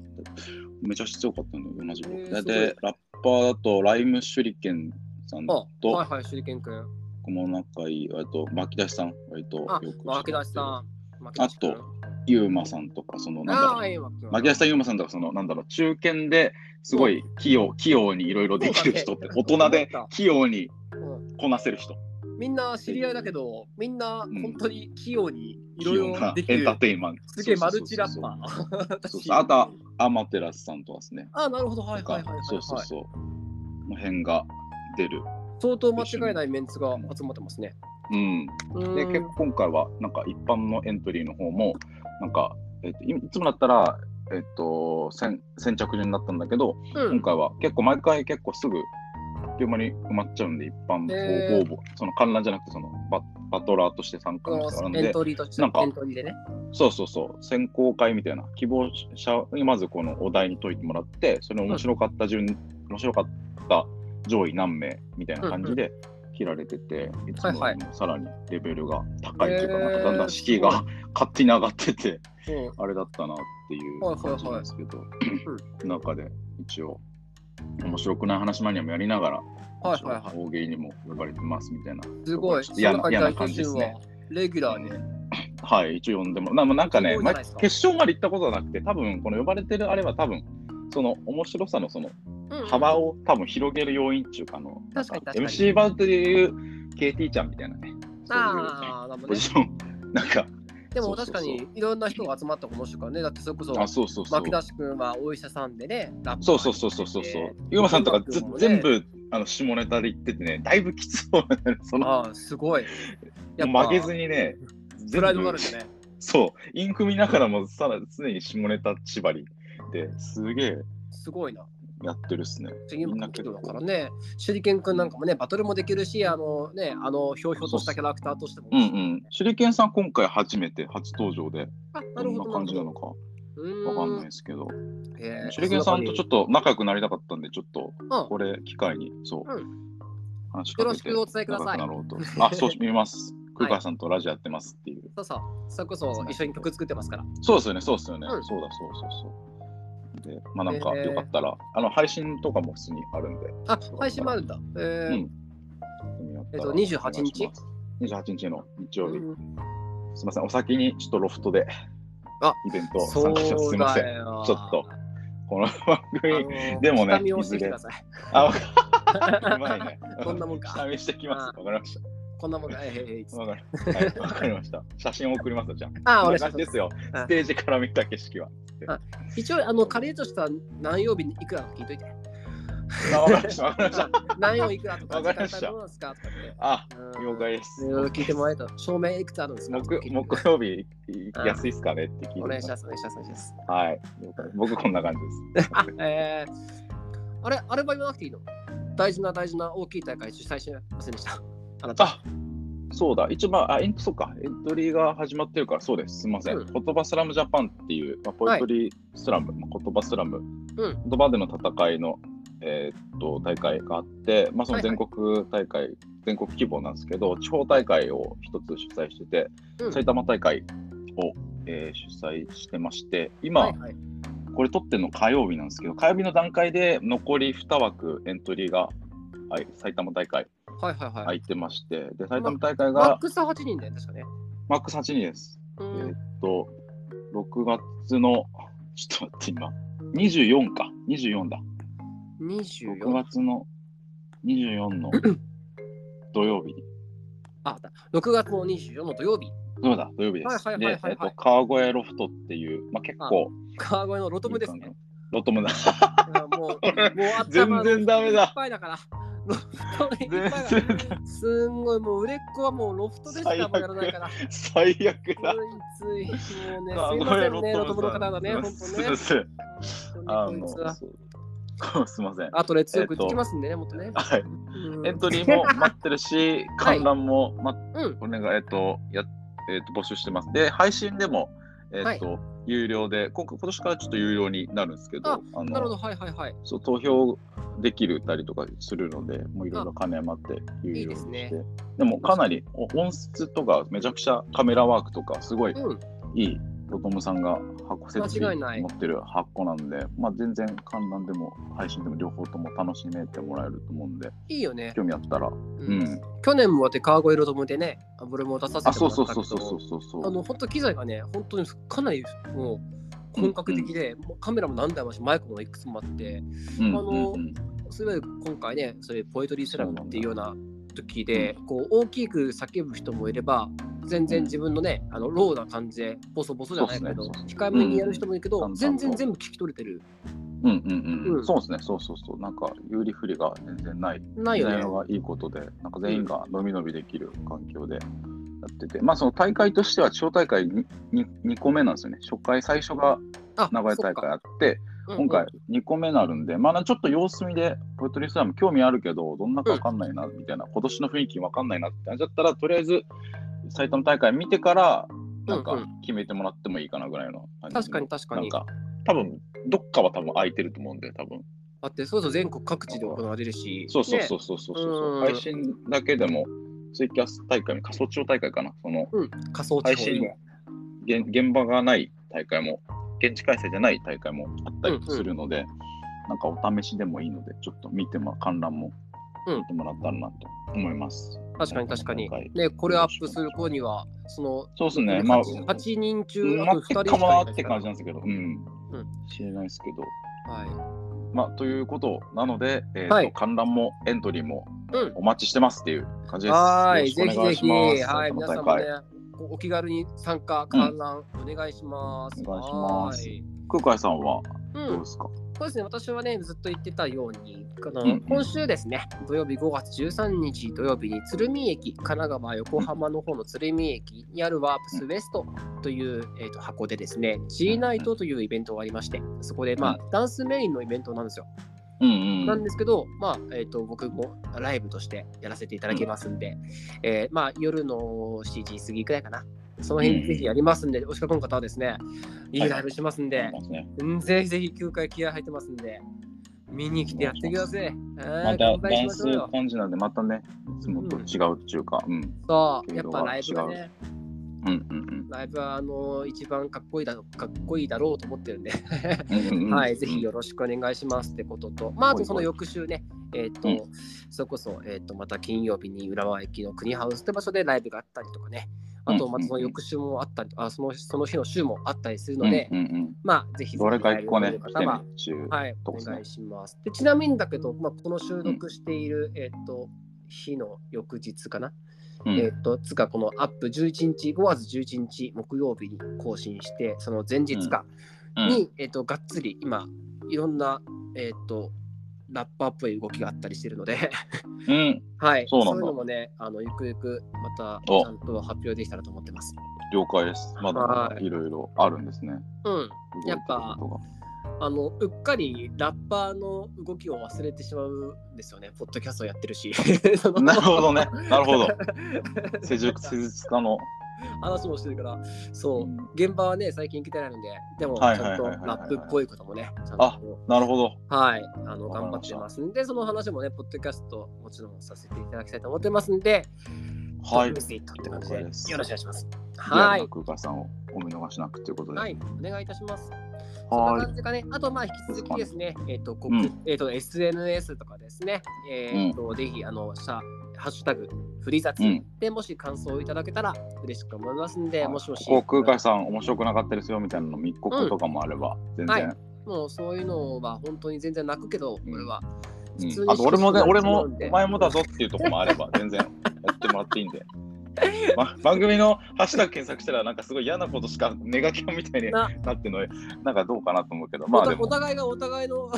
C: めちゃくちゃ強かったんだよ同じ
B: へ
C: 僕
B: ー
C: で
B: す
C: でラッパーだとライム手裏剣さん
B: あ、
C: と
B: はいはい、手裏剣くん。
C: 僕も仲いいあと牧田さん割とよ
B: あ
C: く知って、る
B: 脇田さん。巻き出しくん
C: あと。ゆうまさんとかそのなんだ
B: あ
C: ろ
B: あ、
C: う
B: いいわ。
C: 牧田さんゆうまさんとかそのなんだろう中堅ですごい器用器用にいろいろできる人って
B: そう
C: 大
B: だね
C: 人で
B: そうだった
C: 器用に
B: うん
C: こなせる人
B: みんな知り合いだけど、みんな本当に器用にいろい
C: 器用な
B: ろでき
C: エン
B: る
C: ター。テインメント
B: すげえマルチラッパ
C: ー
B: ー。
C: そう
B: 私
C: そうあとはアマテラスさんとかですね
B: あ、なるほど、はい
C: とか
B: はいはいはいはい。
C: そうそうそう。この辺が出る。
B: 相当間違いないメンツが集まってますね。
C: うん。で、
B: うん
C: 結構今回は、なんか一般のエントリーの方も、なんか、えっといいつもだったら、えっと、先先着順だったんだけど、
B: うん
C: 今回は結構毎回結構すぐ、あっという間に埋まっちゃうんで、一般応
B: へ
C: 募、
B: ー
C: 応募その観覧じゃなくて、そのババトラーとして参加の人があるん
B: エン
C: で、
B: トリーとして、
C: なんか
B: エントリーでね。
C: そうそうそう、選考会みたいな、希望者にまずこのお題に解いてもらって、それ面白かった順、面白かった上位何名みたいな感じで切られてて、いつも
B: はい
C: さらにレベルが高いというか、
B: へー
C: なんかだんだん敷居が
B: す
C: 勝手に上がってて、
B: うん
C: あれだったなっていう感じなんですけど、中で一応、面白くない話マニアもやりながら、
B: はいはいはい
C: 大喜利にも呼ばれてますみたいな。
B: すごい。
C: ちょっと嫌な
B: その
C: 嫌な
B: 中に代表
C: 感じですね
B: チームは。レギュラーで。
C: はい、一応呼んでも、ななんかね、
B: す
C: ま
B: ごいじゃ
C: あ
B: ないです
C: 決
B: か
C: 勝まで行ったことはなくて、多分この呼ばれてるあれは多分その面白さのその幅を多分広げる要因っていうか、あの、なん
B: 確かに確かに
C: MC 版という KT ちゃんみたいなね、そういう
B: ああ、でも
C: ポ
B: ね
C: ジ。ション、なんか、
B: でも
C: そう
B: 確
C: そうそ
B: か
C: う
B: にいろんな人が集まったかもしれないね。だってそれこそ、
C: あ、そうそうそう
B: 牧。田氏君はお医者さんでね、ラッパー
C: そうそうそうそうそうそう。ゆうまさんとかず
B: 音楽もね
C: 全部あの下ネタで言っててね、だいぶきつそうなね、その
B: ああ、すごい。やっぱ
C: 曲げずにね、
B: プ
C: 全
B: ライドがあ
C: 部
B: るんだね。
C: そう、インク見ながらもさら常に下ネタ縛りですげえ
B: すごいな。
C: やってるっすね。
B: 次も企業だからね、手裏剣くんなんかもね、バトルもできるし、あのね、あの、ひょうひょうとしたキャラクターとしても。
C: うんうん。手裏剣さん今回初めて初登場で、
B: あ、
C: ど
B: なる
C: ん
B: ほ
C: な
B: ど。
C: 感じなのかわ
B: うーん。
C: かんないですけど、
B: へえ
C: 手裏剣さんとちょっと仲良くなりたかったんで、ちょっと
B: うん
C: これ機会にそう、
B: う
C: 話し
B: よ
C: か
B: ろ
C: け
B: してくお伝えくだ
C: 仲
B: さ
C: 良く
B: い
C: な。ろうと。あ、そう見ます。空海さんとラジオやってますっていう。
B: そうそう。それこそ一緒に曲作ってますから。
C: そうですよね、そうですよね。
B: うん
C: そうだ、そうそうそう。で、まあなんか
B: えー
C: よかったら、あの配信とかも普通にあるんで、
B: あ、配信もあるんだ。えー
C: うんえ
B: えっと28日
C: ?28 日の日曜日。
B: うん
C: すみません、お先にちょっとロフトで
B: あ
C: イベント参加します。すみません。
B: ん
C: ちょっとこの番組、で
B: で
C: も
B: も
C: ね
B: ね、下見をしてきてください。
C: あ、わかう まいね。
B: こんなもん か
C: 下見してきます。わかりまし
B: こんなもんだ。えーえーえー
C: た。わかりました。はいわかりました。写真を送りますよ、じゃあ。
B: あ、
C: こん
B: 俺
C: な感じですよ。
B: はい
C: ステージから見た景 色は。
B: 一応、あの、カレーとしたら何曜日にいくらか聞 いといて。
C: あわかりました。わかりました。
B: 何曜日いくらとか、
C: わかりました
B: 時間帯どうなんですかとかって。
C: あ、
B: うん
C: 了解です。
B: いろいろ聞いてもらえたら、証明いくつあるんですか
C: 木
B: とか聞いて
C: 木曜日安いっすかねって聞いて
B: お願いし
C: ま。
B: ますす、お願いします、お願いします。
C: はい。僕こんな感じです。
B: あ、えー、あれ、あれは言わなくていいの大事な大事な大きい大会主催しませんでした。あなた。
C: あそうだ、一応まあ、あエンそうか、エントリーが始まってるから、そうです、すみません。
B: うん
C: 言葉スラムジャパンっていう、まあ、ポエトリースラム、まあ言葉スラム、
B: ん
C: 言葉での戦いの、えーっと大会があって、まあ、その全国大会、全国規模なんですけど、地方大会を一つ主催してて、
B: うん
C: 埼玉大会を、えー主催してまして、今、
B: はいはい。
C: これ撮ってるの火曜日なんですけど、火曜日の段階で残り2枠エントリーが、はい、埼玉大会
B: はいはいはい。
C: 空いてまして、で埼玉大会
B: マッ
C: が
B: クス8人だよね、確かね。
C: マックス8人です。
B: う
C: えー
B: ん
C: っ。と、6月の、ちょっと待って、今、24か、24だ。6
B: 24。
C: 月の24の 土曜日に、
B: あ、あった6月の24の土曜日、
C: そうだ、土曜日です。
B: はい
C: で、
B: はい
C: え
B: はいはいはい
C: ーっと川越ロフトっていう、まあ、結構、
B: 川越のロトムですね。
C: ロトムだ。
B: もう、もう頭
C: 全然ダメ
B: いっ
C: だ。
B: ぱいだから。ロフトでいっぱいだから
C: 全然ダメ
B: すんごい、もう売れっ子はもうロフトでしか
C: 最悪
B: もうやらないから。つ
C: 最 悪だ。
B: いつい、もうね、すい
C: 川
B: ま
C: 越
B: せんね、ロトムの
C: さん
B: 方がね、本当
C: すい
B: ね
C: ま。せん。 あ
B: 本当
C: の、
B: にこいつ
C: そ
B: は
C: うすいません。
B: あとで強く言ってきますんでね、もっとね。
C: はい。
B: うん
C: エントリーも待ってるし、
B: はい
C: 観覧も待
B: う
C: お願い、えっと、や、えっと、募集してます。で、配信でも、えっと、有料で、今回、今年からちょっと有料になるんですけど、
B: あ
C: あ
B: ん。なるほ
C: の、
B: ど、はいはいはい。
C: そう、投票できるたりとかするので、もういろいろ兼ね余って、有
B: いい
C: 料
B: で
C: に
B: す
C: して。
B: ね
C: でも、かなり、お音質とか、めちゃくちゃカメラワークとか、すごい
B: うん。
C: いい、ロトムさんが箱設置
B: 間違いない
C: 持ってる箱なんで、まあ、全然観覧でも配信でも両方とも楽しめてもらえると思うんで、
B: いいよね。
C: 興味あったら、
B: う
C: うんん、
B: 去年もだって川越ロトムでね、あ俺も出させ
C: あ、
B: ても
C: そう
B: らっ
C: そ
B: た
C: う
B: け
C: そ
B: ど
C: うそうそうそうそ
B: あ
C: う。
B: の本当機材がね、本当にかなりもう本格的で、もうカメラも何台もあるし、マイクもいくつもあって、
C: うん
B: あの
C: うん
B: それで今回ね、そういうポエトリースラムっていうような時で、こう大きく叫ぶ人もいれば、全然自分のね、あのローな感じで、ボソボソじゃないけ
C: そ
B: ど
C: うです、ね
B: 控えめにやる人もいるけど、
C: うん
B: 全然全部聞き取れてる。
C: うんうんうん
B: う
C: うんん。そうですね、そうそうそう。なんか、有利不利が全然ない。
B: ないよね
C: 全。員はいいことで、なんか全員が伸び伸びできる環境でやってて、まあ、その大会としては地方大会にに2個目なんですよね。初回、最初が
B: あ
C: 名古屋大会あって、
B: そっか
C: 今回2個目になるんで、まだちょっと様子見で、ポエトリースラム興味あるけど、どんなか分かんないな、みたいな、今年の雰囲気分かんないなってなっちゃったら、とりあえず埼玉大会見てから、なん
B: うん
C: か
B: う
C: 決めてもらってもいいかなぐらいの感じ
B: 確かに確かに。
C: なんか、多分どっかは多分空いてると思うんで、多分
B: あって、そうそう全国各地で行われるし、
C: そうそう
B: ね
C: そうそうそう
B: う
C: そ
B: ん
C: う、配信だけでも、ツイキャス大会、仮想地方大会かな、その
B: うん、仮想地
C: 配
B: 方いい
C: 信
B: ね
C: 現、現場がない大会も、現地開催じゃない大会もあったりするので、なんかお試しでもいいので、ちょっと見ても、観覧も
B: うん
C: やってもらったらなと思います。
B: 確かに確かに
C: 今回。
B: で、これアップする子には、その、
C: そうですね、まあ、
B: 8, 8人中あ
C: 待っ
B: と2人
C: て
B: し
C: か
B: かい
C: ま
B: ない
C: って
B: ですか
C: 感
B: ら
C: じなんですけど、うん
B: うん。
C: 知れないですけど。
B: は
C: まあ、ということなので、えーと
B: はい
C: 観覧もエントリーも
B: うん
C: お待ちしてますっていう感じ
B: い。
C: です。
B: は
C: よろ
B: ーい、
C: しくお
B: ぜひ
C: 願
B: ぜ
C: いし
B: ひ、
C: ます
B: はい、
C: この
B: 皆
C: 大
B: さんも
C: 会
B: ね、おお気軽に参加、観覧、お願いします。
C: お願いします
B: はーい
C: 空海さんは
B: う
C: どうんで、すか、
B: そうですね、私はね、ずっと言ってたように、あの
C: うんうん
B: 今週ですね、土曜日5月13日土曜日に鶴見駅、神奈川横浜の方の鶴見駅にあるワープスウエストという、えー、と箱でですね、G ナイトというイベントがありまして、そこで、まあ、ダンスメインのイベントなんですよ。
C: うん、うんう
B: なん
C: ん。
B: ですけど、まあえー、と僕もライブとしてやらせていただきますんで、えーまあ、夜の7時過ぎくらいかな。その辺ぜひやりますんで、お近くの方はですね、いいライブしますんで、
C: そうですね
B: うんぜひぜひ9回気合入ってますんで、見に来てやってください。
C: ま
B: ま
C: た
B: 頑
C: ダ
B: 張り
C: ン
B: まし
C: ス
B: ょうよ。
C: 感じなんで、またね、いつもと違うっていうか、うん、
B: そう、やっぱライブが
C: 違
B: ね、
C: うん、うん、
B: ライブはあの一番かっこいいだろかっこいいだろうと思ってるんで、
C: うんうんうんうん。
B: はい、ぜひよろしくお願いしますってことと、まあ、あとその翌週ね、えっ、と、
C: うん
B: それこそ、えっ、と、また金曜日に浦和駅の国ハウスって場所でライブがあったりとかね、あと、またその翌週もあったり、あそのその日の週もあったりするので、
C: うんうんうん、
B: まあ、ぜひぜひ
C: どれか一個ね、
B: ライブ
C: 来
B: 見て
C: て
B: る
C: ね中。
B: 方は、はい、
C: と
B: お
C: こですね
B: 願いします。でちなみにだけど、まあ、この収録している、えっ、と、日の翌日かな、
C: うん
B: えっ、と、つかこのアップ11日、5月11日木曜日に更新して、その前日か
C: うん
B: に、えっ、と、がっつり今、いろんな、えっ、と、ラッパーっぽい動きがあったりしてるので、
C: うん、
B: はい、
C: そうなんだ
B: いうのもね、あのゆくゆくまた
C: お
B: ちゃんと発表できたらと思ってます。
C: 了解です。まだ
B: はい
C: ろいろあるんですね。
B: うん、やっ
C: 動いて
B: ぱ
C: ることが
B: あのうっかりラッパーの動きを忘れてしまうんですよね、ポッドキャストやってるし。そ の
C: なるほどね。なるほ ど。施術、施術家の。
B: 話もしてるから、そう、
C: うん
B: 現場はね、最近来てないので、でも、ち
C: はいは
B: ゃ
C: いはい
B: んと
C: はいはい
B: ラップっぽいこともね、ちゃん
C: あ
B: と。
C: なるほど。
B: はい、あの
C: わかり
B: 頑張
C: ま
B: っ
C: してた
B: ますんで、その話もね、ポッドキャストもちろんさせていただきたいと思ってますんで、
C: はい
B: ドキュメン。タリーって感じ
C: 了解です
B: で、よろしくお願いします。
C: は。
B: はいい、
C: 空海さんをお見逃しなくということで。
B: は
C: はい。
B: い、お願いいたします。そんな
C: は
B: 感じかね。あと、まあ、引き続きですね、えっ、と、告
C: うん
B: えっ、と、SNS とかですね、えっ、と、ぜひ、あの、シャハッシュタグ、フリザツ
C: うん
B: で、もし感想をいただけたら嬉しく思いますんで、もしもし。
C: ここ空海さん面白くなかったですよみたいなの密告とかもあれば、全
B: は
C: 然、
B: いもう、そういうのは本当に全然泣くけど、
C: うん
B: 俺は。
C: う
B: 普通
C: ん、
B: に
C: あと俺もね
B: 質問
C: 俺も
B: なんで
C: お前もだぞっていうところもあれば全然やってもらっていいん で、ま、番組のハッシュタグ検索したらなんかすごい嫌なことしかネガキャンみたいにな
B: な
C: ってるのなんかどうかなと思うけどまあで
B: お
C: も
B: 互いがお互いの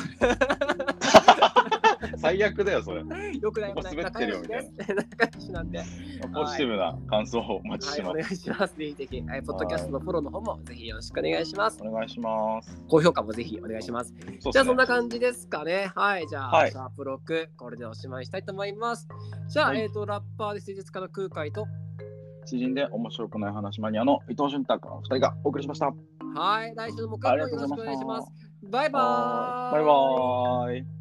C: 最悪だよそれ
B: よくないよくない
C: 滑ってるよみたい
B: 仲良しです仲良しなんで、はい、
C: ポジティブな感想をお待ちして
B: お
C: ます、
B: 願いします。ぜひぜひ、はい、ポッドキャストのフォローの方もぜひよろしくお願いします。
C: お願いします
B: 高評価もぜひお願いします。
C: そうっすね
B: じゃあそんな感じですかね。はい。じゃあ、
C: はい
B: シャープ6、これでおしまいしたいと思います。じゃあ、
C: はい
B: えっ、と、ラッパーで施術家の空海と、
C: 知人で面白くない話マニアの伊藤俊太君の2人がお送りしました
B: はい。来週も木
C: あ
B: 曜
C: り
B: 日
C: が
B: も
C: と
B: よ
C: うございま
B: ろしくお願い
C: し
B: したます。バイバーイ。
C: バイバーイ